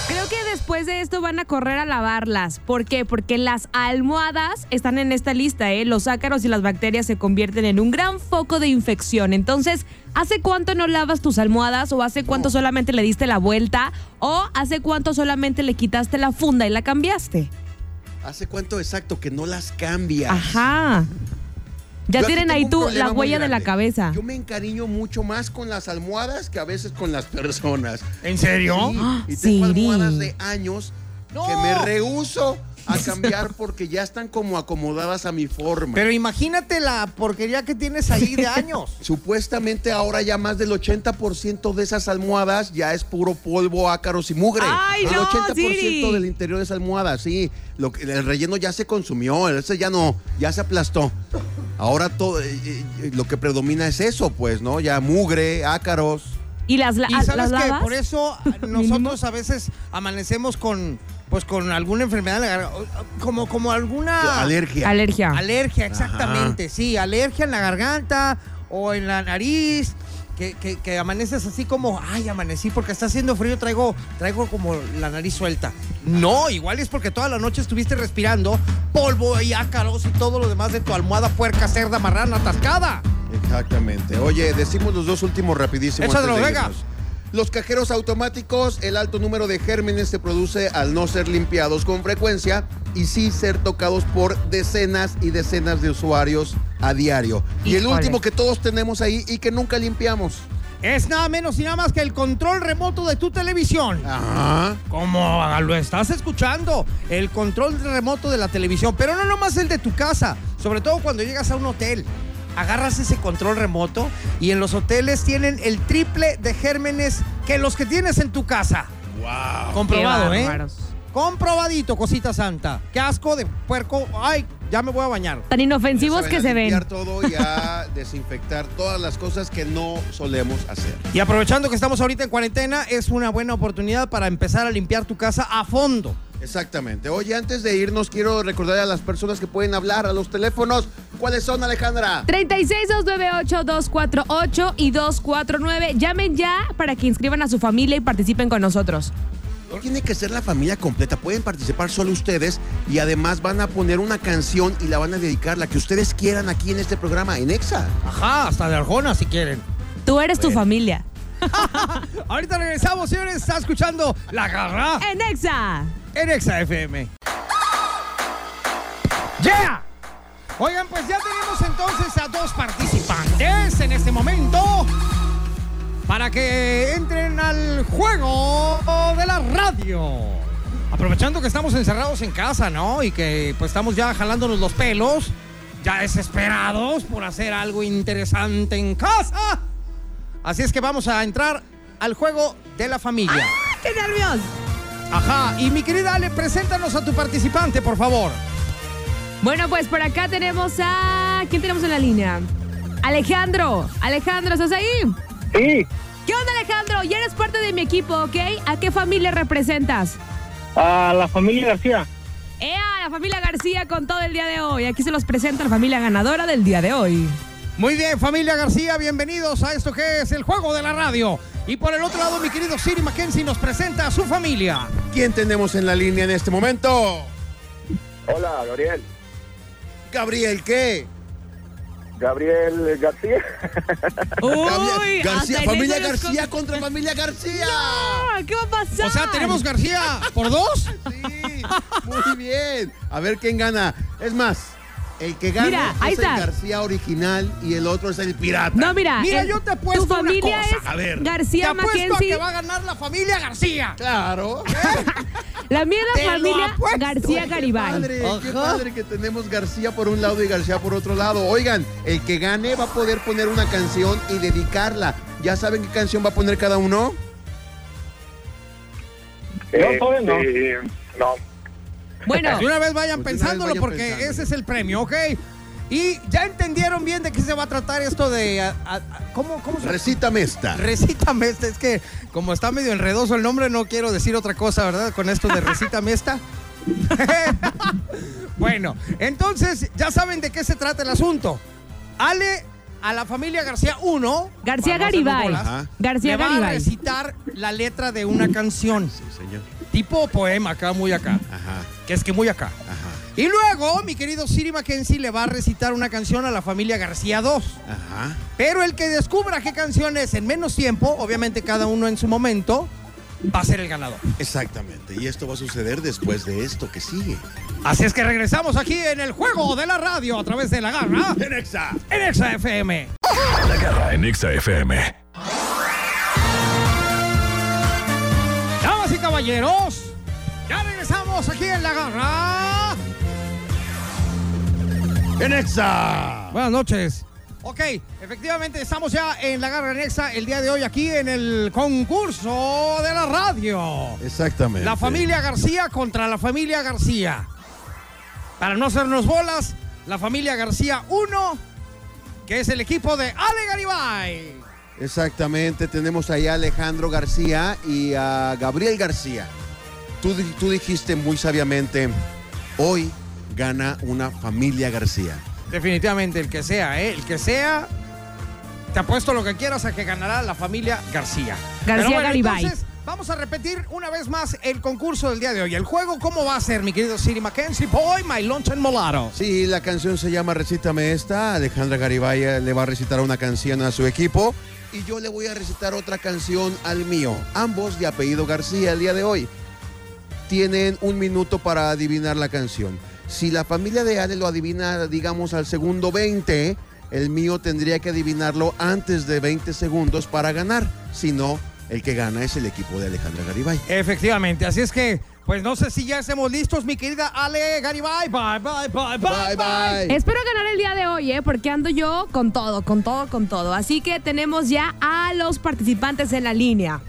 Speaker 6: Creo que después de esto van a correr a lavarlas. ¿Por qué? Porque las almohadas están en esta lista, ¿eh? Los ácaros y las bacterias se convierten en un gran foco de infección. Entonces, ¿hace cuánto no lavas tus almohadas? ¿O hace cuánto solamente le diste la vuelta? ¿O hace cuánto solamente le quitaste la funda y la cambiaste?
Speaker 5: ¿Hace cuánto exacto que no las cambias?
Speaker 6: Ajá. Ya
Speaker 5: Yo aquí
Speaker 6: tienen
Speaker 5: tengo
Speaker 6: ahí
Speaker 5: un
Speaker 6: tú
Speaker 5: problema
Speaker 6: la
Speaker 5: muy
Speaker 6: huella de la
Speaker 5: grande.
Speaker 6: cabeza.
Speaker 5: Yo me encariño mucho más con las almohadas que a veces con las personas.
Speaker 3: ¿En serio?
Speaker 5: Sí,
Speaker 6: Ah,
Speaker 5: y tengo
Speaker 6: Siri.
Speaker 5: almohadas de años
Speaker 3: No.
Speaker 5: que me rehuso a cambiar porque ya están como acomodadas a mi forma.
Speaker 3: Pero imagínate la porquería que tienes ahí de años.
Speaker 5: Supuestamente ahora ya más del 80% de esas almohadas ya es puro polvo, ácaros y mugre.
Speaker 6: ¡Ay,
Speaker 5: el
Speaker 6: no,
Speaker 5: 80%
Speaker 6: Siri!
Speaker 5: del interior de esa almohada, sí. Lo que- el relleno ya se consumió, ese ya no, ya se aplastó. Ahora todo, eh, eh, lo que predomina es eso, pues, ¿no? Ya mugre, ácaros.
Speaker 6: ¿Y las, la-
Speaker 3: Y
Speaker 6: las
Speaker 3: sabes que
Speaker 6: lavas?
Speaker 3: por eso nosotros a veces amanecemos con pues con alguna enfermedad en la garganta, como como
Speaker 6: Ah.
Speaker 3: alguna
Speaker 5: alergia.
Speaker 6: Alergia.
Speaker 3: Alergia, exactamente, sí, alergia en la garganta o en la nariz, que, que- que amaneces así como, ay, amanecí porque está haciendo frío, traigo, traigo como la nariz suelta. No, igual es porque toda la noche estuviste respirando polvo y ácaros y todo lo demás de tu almohada puerca, cerda, marrana, atascada.
Speaker 5: Exactamente. Oye, decimos los dos últimos rapidísimo. antes
Speaker 3: Échalo,
Speaker 5: de
Speaker 3: venga.
Speaker 5: irnos. Los cajeros automáticos, el alto número de gérmenes se produce al no ser limpiados con frecuencia y sí ser tocados por decenas y decenas de usuarios a diario. Y el
Speaker 6: Híjole.
Speaker 5: último que todos tenemos ahí y que nunca limpiamos.
Speaker 3: Es nada menos y nada más que el control remoto de tu televisión.
Speaker 5: Ajá.
Speaker 3: Como lo estás escuchando, el control remoto de la televisión, pero no nomás el de tu casa, sobre todo cuando llegas a un hotel. Agarras ese control remoto y en los hoteles tienen el triple de gérmenes que los que tienes en tu casa. ¡Wow! Comprobado,
Speaker 6: Qué
Speaker 3: ¿eh?
Speaker 6: bárbaros.
Speaker 3: Comprobadito, cosita santa. ¡Qué asco de puerco! ¡Ay! Ya me voy a bañar.
Speaker 6: Tan inofensivos
Speaker 5: Saben
Speaker 6: que
Speaker 5: a
Speaker 6: se ven.
Speaker 5: limpiar todo y a desinfectar todas las cosas que no solemos hacer.
Speaker 3: Y aprovechando que estamos ahorita en cuarentena, es una buena oportunidad para empezar a limpiar tu casa a fondo.
Speaker 5: Exactamente. Oye, antes de irnos quiero recordar a las personas que pueden hablar a los teléfonos. ¿Cuáles son, Alejandra?
Speaker 6: 36-298-248 y 249. Llamen ya para que inscriban a su familia y participen con nosotros.
Speaker 5: No tiene que ser la familia completa, pueden participar solo ustedes y además van a poner una canción y la van a dedicar la que ustedes quieran aquí en este programa, en EXA.
Speaker 3: Ajá, hasta de Arjona si quieren.
Speaker 6: Tú eres tu familia.
Speaker 3: Ahorita regresamos, señores. Está escuchando La Garra
Speaker 6: En Exa.
Speaker 3: en Exa FM. ¡Yeah! Oigan, pues ya tenemos entonces a dos participantes en este momento para que entren al juego de la radio. Aprovechando que estamos encerrados en casa, ¿no? Y que pues estamos ya jalándonos los pelos, ya desesperados por hacer algo interesante en casa. Así es que vamos a entrar al juego de la familia.
Speaker 6: ¡Qué nervios!
Speaker 3: Ajá, y mi querida Ale, preséntanos a tu participante, por favor.
Speaker 6: Bueno, pues por acá tenemos a. ¿Quién tenemos en la línea? Alejandro. Alejandro, ¿estás ahí?
Speaker 9: Sí,
Speaker 6: ¿Qué onda, Alejandro? Ya eres parte de mi equipo, ¿ok? ¿A qué familia representas?
Speaker 9: a la familia García.
Speaker 6: ¡Ea! La familia García con todo el día de hoy. Aquí se los presenta la familia ganadora del día de hoy.
Speaker 3: Muy bien, familia García, bienvenidos a esto que es el juego de la radio. Y por el otro lado, mi querido Siri Mackenzie nos presenta a su familia.
Speaker 5: ¿Quién tenemos en la línea en este momento?
Speaker 10: Hola, Gabriel.
Speaker 5: Gabriel, ¿qué?
Speaker 10: Gabriel García.
Speaker 6: ¡Uy!
Speaker 5: Gabriel- García,
Speaker 6: hasta en
Speaker 5: familia
Speaker 6: eso los con-
Speaker 5: García contra familia García.
Speaker 6: ¡Ah! ¿Qué va a pasar?
Speaker 3: O sea, tenemos García por dos.
Speaker 5: Sí, muy bien. A ver quién gana. Es más, el que gana
Speaker 6: Mira, ahí
Speaker 5: es
Speaker 6: está.
Speaker 5: el García original y el otro es el pirata.
Speaker 6: No, mira.
Speaker 3: Mira,
Speaker 6: el-
Speaker 3: yo te apuesto
Speaker 6: Tu
Speaker 3: una
Speaker 6: familia
Speaker 3: cosa,
Speaker 6: es
Speaker 5: a ver.
Speaker 3: Te
Speaker 6: García
Speaker 3: apuesto a que
Speaker 6: Mackenzie.
Speaker 3: va a ganar la familia García.
Speaker 5: Claro.
Speaker 6: La mía es
Speaker 3: Te
Speaker 6: la
Speaker 3: lo
Speaker 6: familia
Speaker 3: apuesto.
Speaker 6: García
Speaker 5: Qué
Speaker 6: Garibay.
Speaker 5: padre, qué padre que tenemos García por un lado y García por otro lado. Oigan, el que gane va a poder poner una canción y dedicarla. ¿Ya saben qué canción va a poner cada uno?
Speaker 10: Eh,
Speaker 9: todavía no.
Speaker 10: eh, no.
Speaker 6: Bueno,
Speaker 3: De una vez vayan
Speaker 5: Pues de una vez
Speaker 3: pensándolo
Speaker 5: vayan
Speaker 3: porque
Speaker 5: pensándolo.
Speaker 3: ese es el premio, ¿ok? Y ya entendieron bien de qué se va a tratar esto de... a- a- a- ¿Cómo, cómo se
Speaker 5: Recítame esta.
Speaker 3: Recítame esta, es que como está medio enredoso el nombre, no quiero decir otra cosa, ¿verdad? Con esto de recítame esta. bueno, entonces ya saben de qué se trata el asunto. Ale a la familia García 1.
Speaker 6: García
Speaker 3: para no hacernos
Speaker 6: Garibay.
Speaker 3: bolas,
Speaker 5: Ajá.
Speaker 6: García
Speaker 3: le va a
Speaker 6: Garibay.
Speaker 3: recitar la letra de una canción,
Speaker 5: Sí, señor.
Speaker 3: tipo poema, acá muy acá,
Speaker 5: Ajá,
Speaker 3: que es que muy acá.
Speaker 5: ajá,
Speaker 3: Y luego, mi querido Siri Mackenzie le va a recitar una canción a la familia García 2.
Speaker 5: ajá.
Speaker 3: Pero el que descubra qué canción es en menos tiempo, obviamente cada uno en su momento, va a ser el ganador.
Speaker 5: Exactamente. Y esto va a suceder después de esto que sigue.
Speaker 3: Así es que regresamos aquí en el juego de la radio a través de la garra
Speaker 5: En Exa.
Speaker 3: en Exa FM.
Speaker 2: La garra en Exa FM.
Speaker 3: Damas y caballeros, ya regresamos aquí en la garra.
Speaker 5: En Exa.
Speaker 3: Buenas noches. Ok, efectivamente estamos ya en la garra en Exa el día de hoy aquí en el concurso de la radio.
Speaker 5: Exactamente.
Speaker 3: La familia García contra la familia García. Para no hacernos bolas, la familia García 1, que es el equipo de Ale Garibay.
Speaker 5: Exactamente, tenemos ahí a Alejandro García y a Gabriel García. Tú, di- tú dijiste muy sabiamente, hoy gana una familia García.
Speaker 3: Definitivamente, el que sea, ¿eh? El que sea, te apuesto lo que quieras a que ganará la familia García. Pero bueno,
Speaker 6: Garibay.
Speaker 3: Entonces, vamos a repetir una vez más el concurso del día de hoy. El juego, ¿cómo va a ser, mi querido Siri Mackenzie? Boy, my lunch and molaro.
Speaker 5: Sí, la canción se llama Recítame esta. Alejandra Garibay eh, le va a recitar una canción a su equipo y yo le voy a recitar otra canción al mío. Ambos de apellido García el día de hoy. Tienen un minuto para adivinar la canción. Si la familia de Ale lo adivina, digamos, al segundo 20, el mío tendría que adivinarlo antes de 20 segundos para ganar. Si no, el que gana es el equipo de Alejandra Garibay.
Speaker 3: Efectivamente, así es que, pues no sé si ya estemos listos, mi querida Ale Garibay. Bye, bye, bye, bye, bye.
Speaker 6: Espero ganar el día de hoy, ¿eh? Porque ando yo con todo, con todo, con todo. Así que tenemos ya a los participantes en la línea.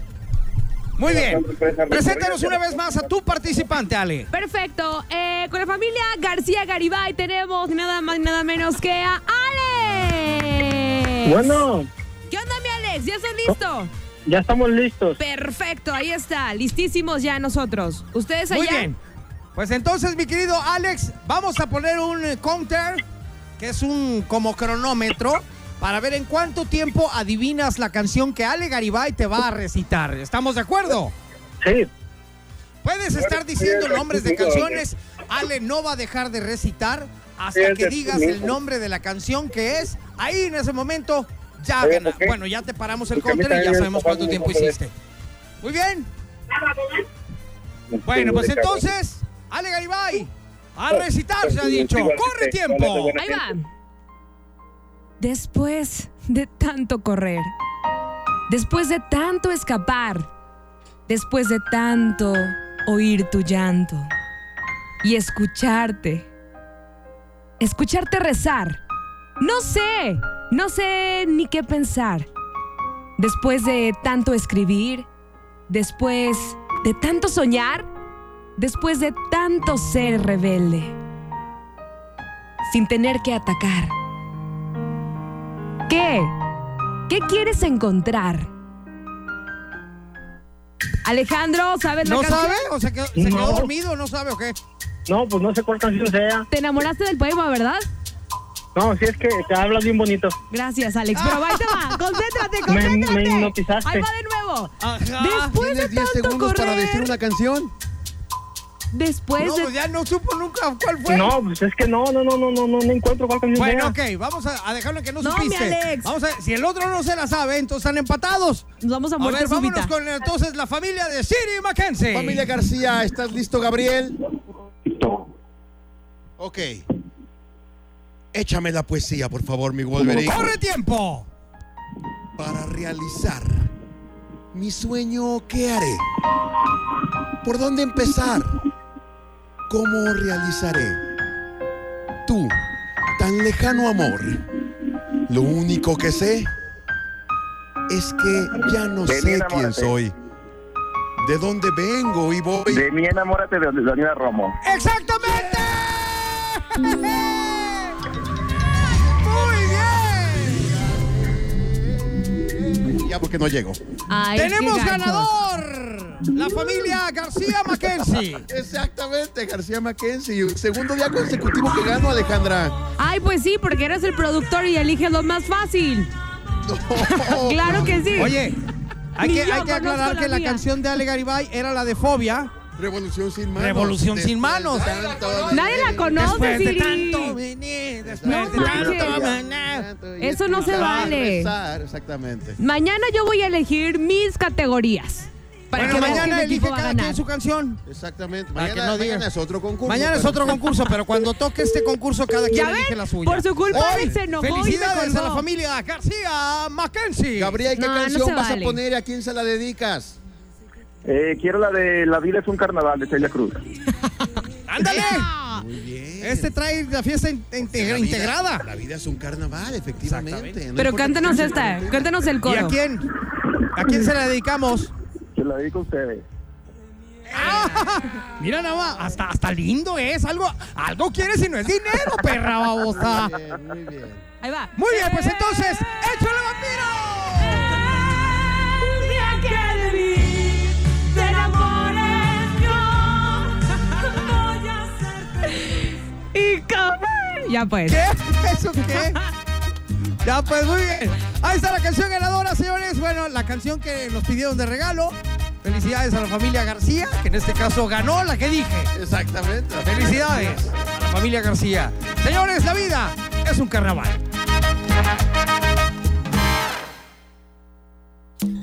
Speaker 3: Muy bien. Preséntanos una vez más a tu participante, Ale.
Speaker 6: Perfecto. Eh, con la familia García Garibay tenemos ni nada más ni nada menos que a Alex.
Speaker 9: Bueno,
Speaker 6: ¿Qué onda, mi Alex? ¿Ya estás listo?
Speaker 9: ya estamos listos.
Speaker 6: Perfecto, ahí está. Listísimos ya nosotros. ¿Ustedes allá?
Speaker 3: Muy bien. Pues entonces, mi querido Alex, vamos a poner un eh, counter, que es un como cronómetro, para ver en cuánto tiempo adivinas la canción que Ale Garibay te va a recitar. ¿Estamos de acuerdo?
Speaker 9: Sí,
Speaker 3: Puedes estar diciendo nombres de canciones. Ale no va a dejar de recitar hasta que digas el nombre de la canción que es. Ahí en ese momento ya gana. Bueno, ya te paramos el counter y ya sabemos cuánto tiempo hiciste. Muy bien.
Speaker 9: Este,
Speaker 3: Bueno, pues entonces, Ale Garibay, a
Speaker 9: Oh, pues,
Speaker 3: recitar se ha dicho. ¡Corre
Speaker 9: este,
Speaker 3: tiempo!
Speaker 6: Ahí va. Después de tanto correr, después de tanto escapar, después de tanto oír tu llanto y escucharte, escucharte rezar, no sé, no sé ni qué pensar. Después de tanto escribir, después de tanto soñar, después de tanto ser rebelde, sin tener que atacar. ¿Qué? ¿Qué quieres encontrar? Alejandro, ¿sabes la
Speaker 3: ¿No
Speaker 6: canción?
Speaker 3: sabe? ¿O se quedó, se quedó
Speaker 9: No.
Speaker 3: dormido? ¿No sabe o qué?
Speaker 10: este,
Speaker 9: No, pues no sé cuál canción sea.
Speaker 6: Te enamoraste del poema, ¿verdad?
Speaker 9: No, si es que te hablas bien bonito.
Speaker 6: Gracias, Alex. Pero ahí te va. Concéntrate,
Speaker 9: Me- me
Speaker 6: concéntrate.
Speaker 9: hipnotizaste.
Speaker 6: Ahí va de nuevo.
Speaker 3: Ajá.
Speaker 6: Después de
Speaker 5: Tienes 10
Speaker 6: tanto
Speaker 5: segundos para decir
Speaker 6: correr,
Speaker 5: una canción.
Speaker 6: después
Speaker 3: No,
Speaker 6: de
Speaker 3: pues ya no supo nunca cuál fue.
Speaker 9: No, pues es que no, no, no, no, no, no, no encuentro cuál canción
Speaker 3: Bueno,
Speaker 9: sea.
Speaker 3: ok, vamos a, a dejarlo en que no,
Speaker 6: No, mi
Speaker 3: supiste.
Speaker 6: Alex.
Speaker 3: Vamos a, si el otro no se la sabe, entonces están empatados.
Speaker 6: Nos vamos a
Speaker 3: A
Speaker 6: muerte
Speaker 3: ver, vámonos
Speaker 6: súbita.
Speaker 3: con entonces la familia de Siri Mackenzie.
Speaker 5: Familia García, ¿estás listo, Gabriel? Ok. Échame la poesía, por favor, mi Wolverine.
Speaker 3: ¡Corre tiempo!
Speaker 5: Para realizar mi sueño, ¿qué haré? ¿Por dónde empezar? ¿Cómo realizaré? Tú, tan lejano amor, lo único que sé es que ya no
Speaker 10: Ven y
Speaker 5: sé quién
Speaker 10: enamórate.
Speaker 5: soy, de dónde vengo y voy.
Speaker 10: De mí enamórate de Daniela Romo.
Speaker 3: ¡Exactamente! ¡Muy bien!
Speaker 5: Ya porque no llego.
Speaker 6: Ay, qué
Speaker 3: ¡Tenemos
Speaker 6: gacho.
Speaker 3: ganador! La familia García Mackenzie.
Speaker 5: Exactamente, García Mackenzie. Segundo día consecutivo que gano, Alejandra.
Speaker 6: Ay, pues sí, porque eres el productor y eliges lo más fácil.
Speaker 5: No.
Speaker 6: Claro que sí.
Speaker 3: Oh, Oye, hay
Speaker 6: Ni
Speaker 3: que,
Speaker 6: yo
Speaker 3: hay que
Speaker 6: conozco
Speaker 3: aclarar
Speaker 6: la
Speaker 3: que la
Speaker 6: mía.
Speaker 3: canción de Ale Garibay era la de Fobia.
Speaker 5: Revolución sin manos.
Speaker 3: Revolución sin
Speaker 5: Después
Speaker 3: manos.
Speaker 5: de tanto-
Speaker 6: Nadie la conoce,
Speaker 3: Después de
Speaker 6: Siri.
Speaker 3: tanto venir, después
Speaker 6: No
Speaker 3: de
Speaker 6: manches.
Speaker 3: tanto maná.
Speaker 6: Eso no se
Speaker 5: Ah,
Speaker 6: vale.
Speaker 5: rezar, Exactamente.
Speaker 6: Mañana yo voy a elegir mis categorías. Para
Speaker 3: Bueno,
Speaker 6: que veas
Speaker 3: mañana
Speaker 6: que mi
Speaker 3: elige
Speaker 6: equipo va a
Speaker 3: cada
Speaker 6: ganar.
Speaker 3: quien su canción.
Speaker 5: Exactamente.
Speaker 3: Para que
Speaker 5: Mañana,
Speaker 3: no diga.
Speaker 5: mañana es otro concurso.
Speaker 3: Mañana es
Speaker 5: pero-
Speaker 3: otro concurso, pero cuando toque este concurso, cada quien
Speaker 6: ¿Ya
Speaker 3: elige
Speaker 6: ven?
Speaker 3: la suya.
Speaker 6: Por su culpa,
Speaker 3: Hoy,
Speaker 6: Alex se enojó y me
Speaker 3: Felicidades a la
Speaker 6: colgó.
Speaker 3: familia García Mackenzie.
Speaker 5: Gabriel, ¿qué
Speaker 6: No, no
Speaker 5: canción
Speaker 6: se
Speaker 5: vas
Speaker 6: vale.
Speaker 5: a poner y a quién se la dedicas?
Speaker 10: Eh, quiero la de La vida es un carnaval de Celia Cruz.
Speaker 3: ¡Ándale!
Speaker 5: Muy bien.
Speaker 3: Este trae la fiesta in- integra-
Speaker 5: La vida- La
Speaker 3: integrada.
Speaker 5: vida es un carnaval, efectivamente. No
Speaker 6: Pero
Speaker 5: importa
Speaker 6: cántanos
Speaker 5: quién
Speaker 6: esta,
Speaker 5: sea.
Speaker 6: cántanos el
Speaker 3: ¿Y
Speaker 6: coro.
Speaker 3: a quién? ¿A quién se la dedicamos?
Speaker 10: Se la dedico a ustedes.
Speaker 3: ¡Ah! Mira nada más, hasta, hasta lindo es. Algo, algo quiere si no es dinero, perra babosa.
Speaker 5: Muy bien, muy bien.
Speaker 6: Ahí va.
Speaker 3: Muy bien, pues entonces, ¡échale vampiro!
Speaker 6: El día que de mí te enamores yo voy a ser feliz. Y como- Ya pues.
Speaker 3: ¿Qué? ¿Eso qué? Ya, pues muy bien. Ahí está la canción ganadora, señores. Bueno, la canción que nos pidieron de regalo. Felicidades a la familia García, que en este caso ganó la que dije.
Speaker 5: Exactamente.
Speaker 3: Felicidades a la familia García. Señores, la vida es un carnaval.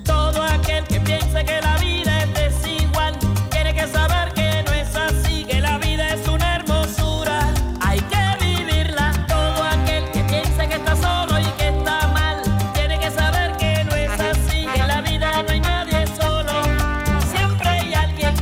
Speaker 11: Todo aquel que piensa que la vida es desigual tiene que saber que no es así, que la vida es una hermosura, hay que vivirla. Todo aquel que piensa que está solo y que está mal tiene que saber que no es así, que en la vida no hay nadie solo, siempre hay alguien.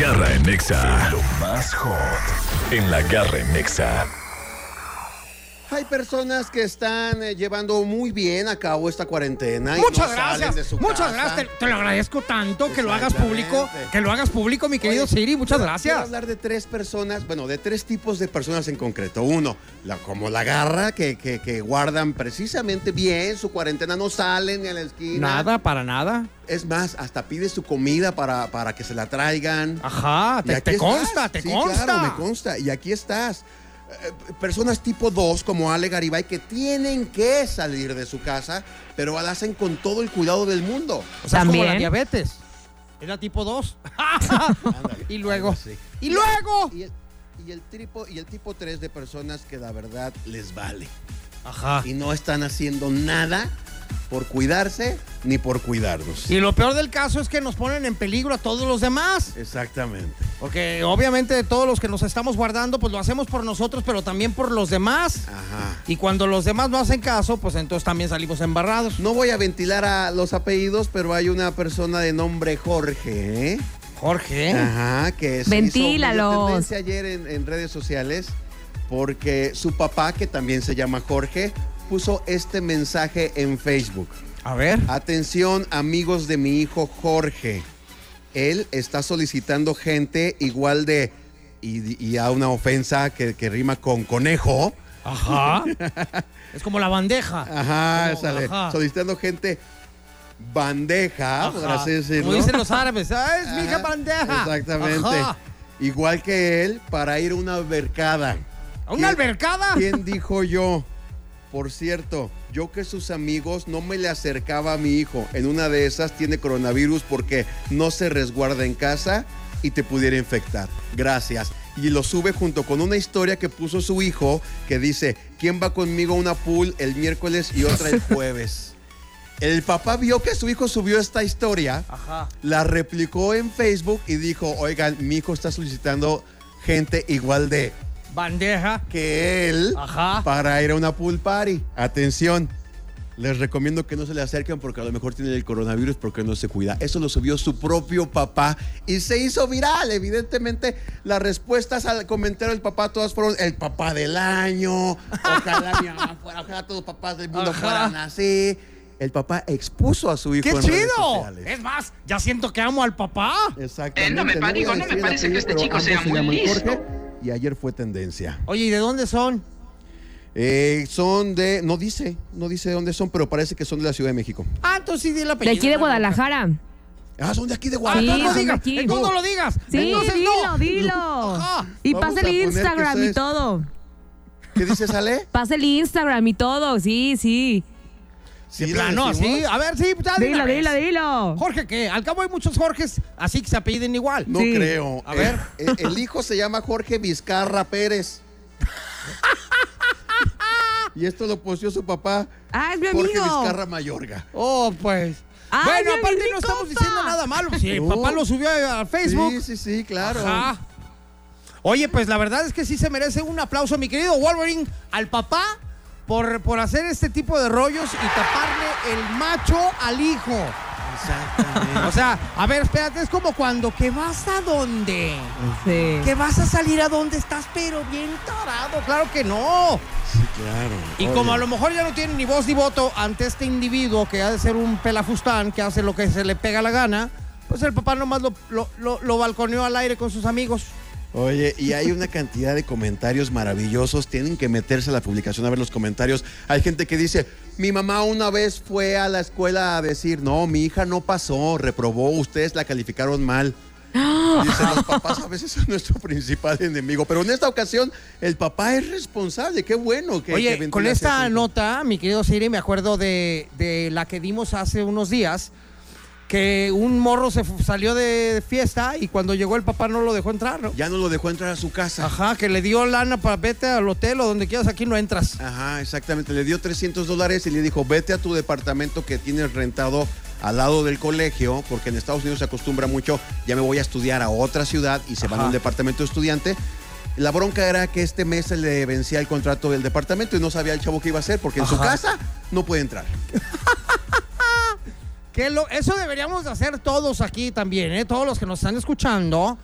Speaker 2: garra en Nexa. Lo más hot en la garra en Nexa.
Speaker 5: Hay personas que están eh, llevando muy bien a cabo esta cuarentena. y
Speaker 3: Muchas
Speaker 5: no salen de
Speaker 3: gracias,
Speaker 5: su
Speaker 3: muchas
Speaker 5: casa.
Speaker 3: gracias. Te, te lo agradezco tanto que lo hagas público, que lo hagas público, mi querido
Speaker 5: Oye,
Speaker 3: Siri. Muchas
Speaker 5: quiero- Quiero
Speaker 3: gracias.
Speaker 5: hablar de tres personas, bueno, de tres tipos de personas en concreto. Uno, la, como la garra, que, que- que guardan precisamente bien su cuarentena, no salen ni a la esquina.
Speaker 3: Nada, para nada.
Speaker 5: Es más, hasta pide su comida para, para que se la
Speaker 3: Ah,
Speaker 5: traigan.
Speaker 3: Ajá,
Speaker 5: Y
Speaker 3: te,
Speaker 5: aquí
Speaker 3: te
Speaker 5: estás.
Speaker 3: consta, te
Speaker 5: Sí,
Speaker 3: consta.
Speaker 5: Claro, me consta. Y aquí estás. Eh, Personas tipo 2 como Ale Garibay que tienen que salir de su casa, pero la hacen con todo el cuidado del mundo.
Speaker 3: O sea, es como la diabetes. Es la tipo 2. y luego. Y luego.
Speaker 5: Y el, y el tipo, y el tipo 3 de personas que la verdad les vale.
Speaker 3: Ajá.
Speaker 5: Y no están haciendo nada por cuidarse ni por cuidarnos.
Speaker 3: Y lo peor del caso es que nos ponen en peligro a todos los demás.
Speaker 5: Exactamente.
Speaker 3: Porque obviamente todos los que nos estamos guardando, pues lo hacemos por nosotros, pero también por los demás.
Speaker 5: Ah. Ajá.
Speaker 3: Y cuando los demás no hacen caso, pues entonces también salimos embarrados.
Speaker 5: No voy a ventilar a los apellidos, pero hay una persona de nombre Jorge, ¿eh?
Speaker 3: Jorge.
Speaker 5: Ajá, que se hizo
Speaker 6: Ventílalos.
Speaker 5: medio tendencia ayer en, en redes sociales porque su papá, que también se llama Jorge, puso este mensaje en Facebook.
Speaker 3: A ver.
Speaker 5: Atención, amigos de mi hijo Jorge. Él está solicitando gente igual de y, y a una ofensa que, que rima con conejo.
Speaker 3: Ajá. es como la bandeja.
Speaker 5: Ajá,
Speaker 3: Como,
Speaker 5: sale.
Speaker 3: ajá.
Speaker 5: Solicitando gente bandeja, por
Speaker 3: Ajá.
Speaker 5: así decirlo.
Speaker 3: Como dicen los árabes. "Ah, es mi hija
Speaker 5: Ajá,
Speaker 3: bandeja.
Speaker 5: Exactamente.
Speaker 3: Ajá.
Speaker 5: Igual que él, para ir a una albercada.
Speaker 3: ¿A una
Speaker 5: ¿Quién-
Speaker 3: albercada?
Speaker 5: ¿Quién dijo yo? Por cierto, yo que sus amigos no me le acercaba a mi hijo. En una de esas tiene coronavirus porque no se resguarda en casa y te pudiera infectar. Gracias. Y lo sube junto con una historia que puso su hijo que dice, ¿quién va conmigo a una pool el miércoles y otra el jueves? El papá vio que su hijo subió esta historia
Speaker 3: Ajá.
Speaker 5: la replicó en Facebook y dijo, oigan, mi hijo está solicitando gente igual de
Speaker 3: Bandeja.
Speaker 5: que él
Speaker 3: Ajá.
Speaker 5: para ir a una pool party. Atención, les recomiendo que no se le acerquen porque a lo mejor tiene el coronavirus porque no se cuida. Eso lo subió su propio papá y se hizo viral. Evidentemente, las respuestas al comentario del papá todas fueron el papá del año, ojalá mi mamá fuera, ojalá todos los papás del mundo
Speaker 3: Ajá.
Speaker 5: fueran así. El papá expuso a su hijo
Speaker 3: ¡Qué
Speaker 5: en redes
Speaker 3: chido!
Speaker 5: sociales.
Speaker 3: Es más, ya siento que amo al papá.
Speaker 5: Exactamente.
Speaker 12: Eh, no me
Speaker 5: voy a
Speaker 12: panico, no me
Speaker 5: decir el
Speaker 12: parece que este
Speaker 5: apellido,
Speaker 12: chico
Speaker 5: ambos
Speaker 12: sea
Speaker 5: se
Speaker 12: muy
Speaker 5: llaman
Speaker 12: listo.
Speaker 5: Jorge, y ayer fue tendencia.
Speaker 3: Oye, ¿y de dónde son?
Speaker 5: Eh, son de, no dice, no dice de dónde son, pero parece que son de la Ciudad de México.
Speaker 3: Ah, entonces sí di la
Speaker 6: De
Speaker 3: apellido.
Speaker 6: aquí de Guadalajara.
Speaker 5: Ah, son de aquí de
Speaker 3: Ah,
Speaker 5: Guadalajara.
Speaker 3: entonces
Speaker 6: Sí,
Speaker 3: no
Speaker 6: son de
Speaker 3: digas,
Speaker 6: aquí.
Speaker 3: entonces no lo digas.
Speaker 6: Sí,
Speaker 3: entonces
Speaker 6: dilo,
Speaker 3: no.
Speaker 6: dilo.
Speaker 3: Ajá.
Speaker 6: Y
Speaker 5: Vamos
Speaker 6: pasa
Speaker 5: a
Speaker 6: el
Speaker 5: poner que
Speaker 6: Instagram y
Speaker 5: ustedes-
Speaker 6: todo.
Speaker 5: ¿Qué dices, Ale?
Speaker 6: Pasa el Instagram y todo. Sí, sí.
Speaker 5: Sí,
Speaker 3: de
Speaker 5: lo
Speaker 3: plano,
Speaker 5: decimos.
Speaker 3: así. A ver, sí, pues, ya de
Speaker 6: Dilo,
Speaker 3: una
Speaker 6: dilo,
Speaker 3: vez.
Speaker 6: dilo.
Speaker 3: Jorge, ¿qué? Al cabo hay muchos Jorges así que se apelliden igual.
Speaker 5: No
Speaker 6: Sí.
Speaker 5: creo.
Speaker 3: A ver.
Speaker 5: Eh, eh, el hijo se llama Jorge Vizcarra Pérez. y esto lo posteó su papá.
Speaker 6: Ah, es mi
Speaker 5: Jorge
Speaker 6: amigo.
Speaker 5: Vizcarra Mayorga.
Speaker 3: Oh, pues.
Speaker 6: Ay,
Speaker 3: bueno,
Speaker 6: ya vi
Speaker 3: aparte
Speaker 6: mi
Speaker 3: no estamos
Speaker 6: compa.
Speaker 3: diciendo nada malo. Sí,
Speaker 5: No.
Speaker 3: papá lo subió a a Facebook.
Speaker 5: Sí, sí, sí, claro.
Speaker 3: Ajá. Oye, pues la verdad es que sí se merece un aplauso, mi querido Wolverine, al papá por, por hacer este tipo de rollos y taparle el macho al hijo.
Speaker 5: Exactamente.
Speaker 3: O sea, a ver, espérate, es como cuando que vas a dónde.
Speaker 6: Sí.
Speaker 3: Que vas a salir a dónde estás, pero bien tarado. Claro que no.
Speaker 5: Sí, claro.
Speaker 3: Y
Speaker 5: Oye.
Speaker 3: como a lo mejor ya no tiene ni voz ni voto ante este individuo que ha de ser un pelafustán que hace lo que se le pega la gana, pues el papá nomás lo, lo, lo- lo balconeó al aire con sus amigos.
Speaker 5: Oye, y hay una cantidad de comentarios maravillosos. Tienen que meterse a la publicación a ver los comentarios. Hay gente que dice, mi mamá una vez fue a la escuela a decir, no, mi hija no pasó, reprobó, ustedes la calificaron mal.
Speaker 3: ¡Ah!
Speaker 5: Dicen, los papás a veces son nuestro principal enemigo, pero en esta ocasión el papá es responsable. Qué bueno que que
Speaker 3: Oye,
Speaker 5: ventile
Speaker 3: con
Speaker 5: hacia su
Speaker 3: esta
Speaker 5: hijo.
Speaker 3: nota, mi querido Siri, me acuerdo de, de la que dimos hace unos días, que un morro se fu- salió de fiesta y cuando llegó el papá no lo dejó entrar, ¿no?
Speaker 5: Ya no lo dejó entrar a su casa. Ajá.
Speaker 3: Ajá, que le dio lana para vete al hotel o donde quieras, aquí no entras.
Speaker 5: exactamente. Le dio 300 dólares y le dijo, vete a tu departamento que tienes rentado al lado del colegio, porque en Estados Unidos se acostumbra mucho, ya me voy a estudiar a otra ciudad y se van
Speaker 3: Ajá.
Speaker 5: a un departamento de estudiante. La bronca era que este mes se le vencía el contrato del departamento y no sabía el chavo qué iba a hacer, porque en su
Speaker 3: Ajá.
Speaker 5: casa no puede entrar.
Speaker 3: Que lo, eso deberíamos de hacer todos aquí también, ¿eh? Todos los que nos están escuchando.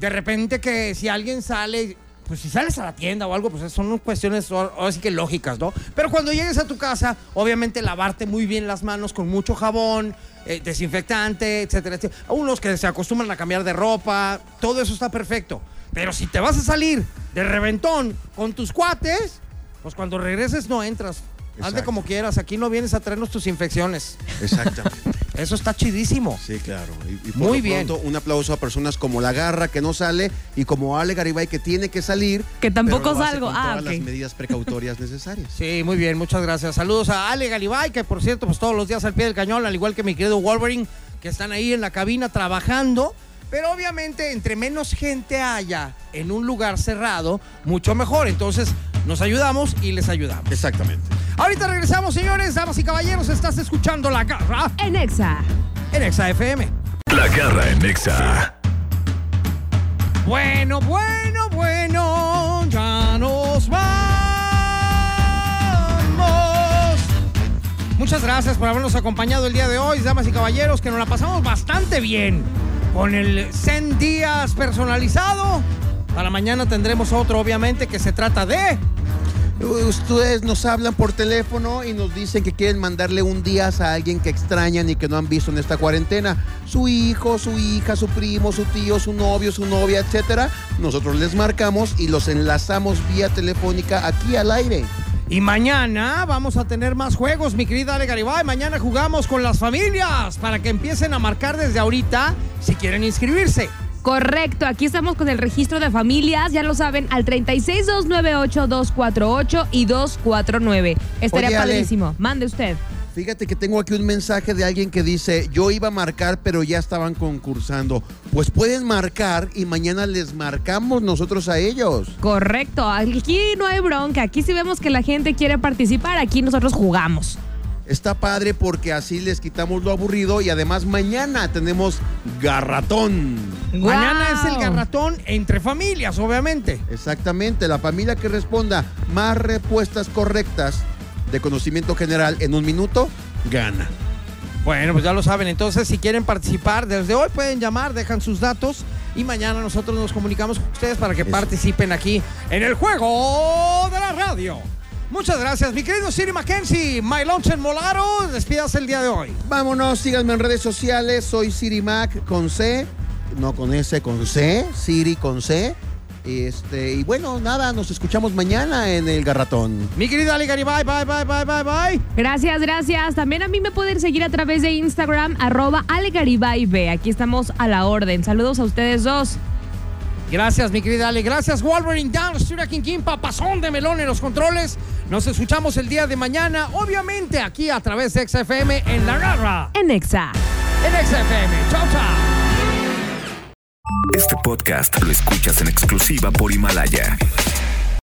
Speaker 3: de repente que si alguien sale, pues si sales a la tienda o algo, pues son cuestiones o- ahora sí que lógicas, ¿no? Pero cuando llegues a tu casa, obviamente lavarte muy bien las manos con mucho jabón, eh, desinfectante, etcétera, etcétera. Unos que se acostumbran a cambiar de ropa, todo eso está perfecto. Pero si te vas a salir de reventón con tus cuates, pues cuando regreses no entras. Hazle
Speaker 5: Exacto.
Speaker 3: como quieras, aquí no vienes a traernos tus infecciones.
Speaker 5: Exactamente.
Speaker 3: Eso está chidísimo.
Speaker 5: Sí, claro. Y, y por
Speaker 3: Muy
Speaker 5: lo
Speaker 3: bien.
Speaker 5: pronto, un aplauso a personas como La Garra, que no sale, y como Ale Garibay, que tiene que salir.
Speaker 6: Que tampoco
Speaker 5: pero lo hace
Speaker 6: salgo.
Speaker 5: Con
Speaker 6: Ah,
Speaker 5: todas
Speaker 6: ok.
Speaker 5: las medidas precautorias necesarias.
Speaker 3: Sí, muy bien, muchas gracias. Saludos a Ale Galibay, que por cierto, pues todos los días al pie del cañón, al igual que mi querido Wolverine, que están ahí en la cabina trabajando. Pero obviamente, entre menos gente haya en un lugar cerrado, mucho mejor. Entonces, nos ayudamos y les ayudamos.
Speaker 5: Exactamente.
Speaker 3: Ahorita regresamos, señores, damas y caballeros. Estás escuchando La Garra
Speaker 6: en Exa.
Speaker 3: En Exa FM.
Speaker 2: La garra en Nexa.
Speaker 3: Bueno, bueno, bueno, ya nos vamos. Muchas gracias por habernos acompañado el día de hoy, damas y caballeros, que nos la pasamos bastante bien con el Zen Días personalizado. Para mañana tendremos otro, obviamente, que se trata de...
Speaker 5: Ustedes nos hablan por teléfono y nos dicen que quieren mandarle un día a alguien que extrañan y que no han visto en esta cuarentena. Su hijo, su hija, su primo, su tío, su novio, su novia, etcétera. Nosotros les marcamos y los enlazamos vía telefónica aquí al aire.
Speaker 3: Y mañana vamos a tener más juegos, mi querida Ale Garibay. Mañana jugamos con las familias para que empiecen a marcar desde ahorita si quieren inscribirse.
Speaker 6: Correcto, aquí estamos con el registro de familias, ya lo saben, al 36298-248 y 249. Estaría
Speaker 5: Oye, Ale.
Speaker 6: padrísimo. Mande usted.
Speaker 5: Fíjate que tengo aquí un mensaje de alguien que dice, yo iba a marcar pero ya estaban concursando. Pues pueden marcar y mañana les marcamos nosotros a ellos.
Speaker 6: Correcto, aquí no hay bronca, aquí si vemos que la gente quiere participar, aquí nosotros jugamos.
Speaker 5: Está padre porque así les quitamos lo aburrido y además mañana tenemos garratón.
Speaker 3: Mañana
Speaker 6: ¡Guau!
Speaker 3: es el garratón entre familias, obviamente.
Speaker 5: Exactamente, la familia que responda más respuestas correctas de conocimiento general en un minuto, gana.
Speaker 3: Bueno, pues ya lo saben. Entonces, si quieren participar, desde hoy pueden llamar, dejan sus datos y mañana nosotros nos comunicamos con ustedes para que
Speaker 5: Eso.
Speaker 3: participen aquí en el juego de la radio. Muchas gracias, mi querido Siri Mackenzie. My Lunch en Molaro, despídase el día de hoy.
Speaker 5: Vámonos, síganme en redes sociales, soy Siri Mac con C, no con S, con C, Siri con C. Este, y bueno, nada, nos escuchamos mañana en el garratón.
Speaker 3: Mi querida Ali Garibay, bye, bye, bye, bye, bye.
Speaker 6: Gracias, gracias. También a mí me pueden seguir a través de Instagram, arroba alegaribaibe. Aquí estamos a la orden. Saludos a ustedes dos.
Speaker 3: Gracias, mi querida Ale. Gracias, Wolverine Down, Sturia King King, papazón de melón en los controles. Nos escuchamos el día de mañana, obviamente aquí a través de XFM en La Garra.
Speaker 6: En Exa.
Speaker 3: En XFM. Chao, chao.
Speaker 1: Este podcast lo escuchas en exclusiva por Himalaya.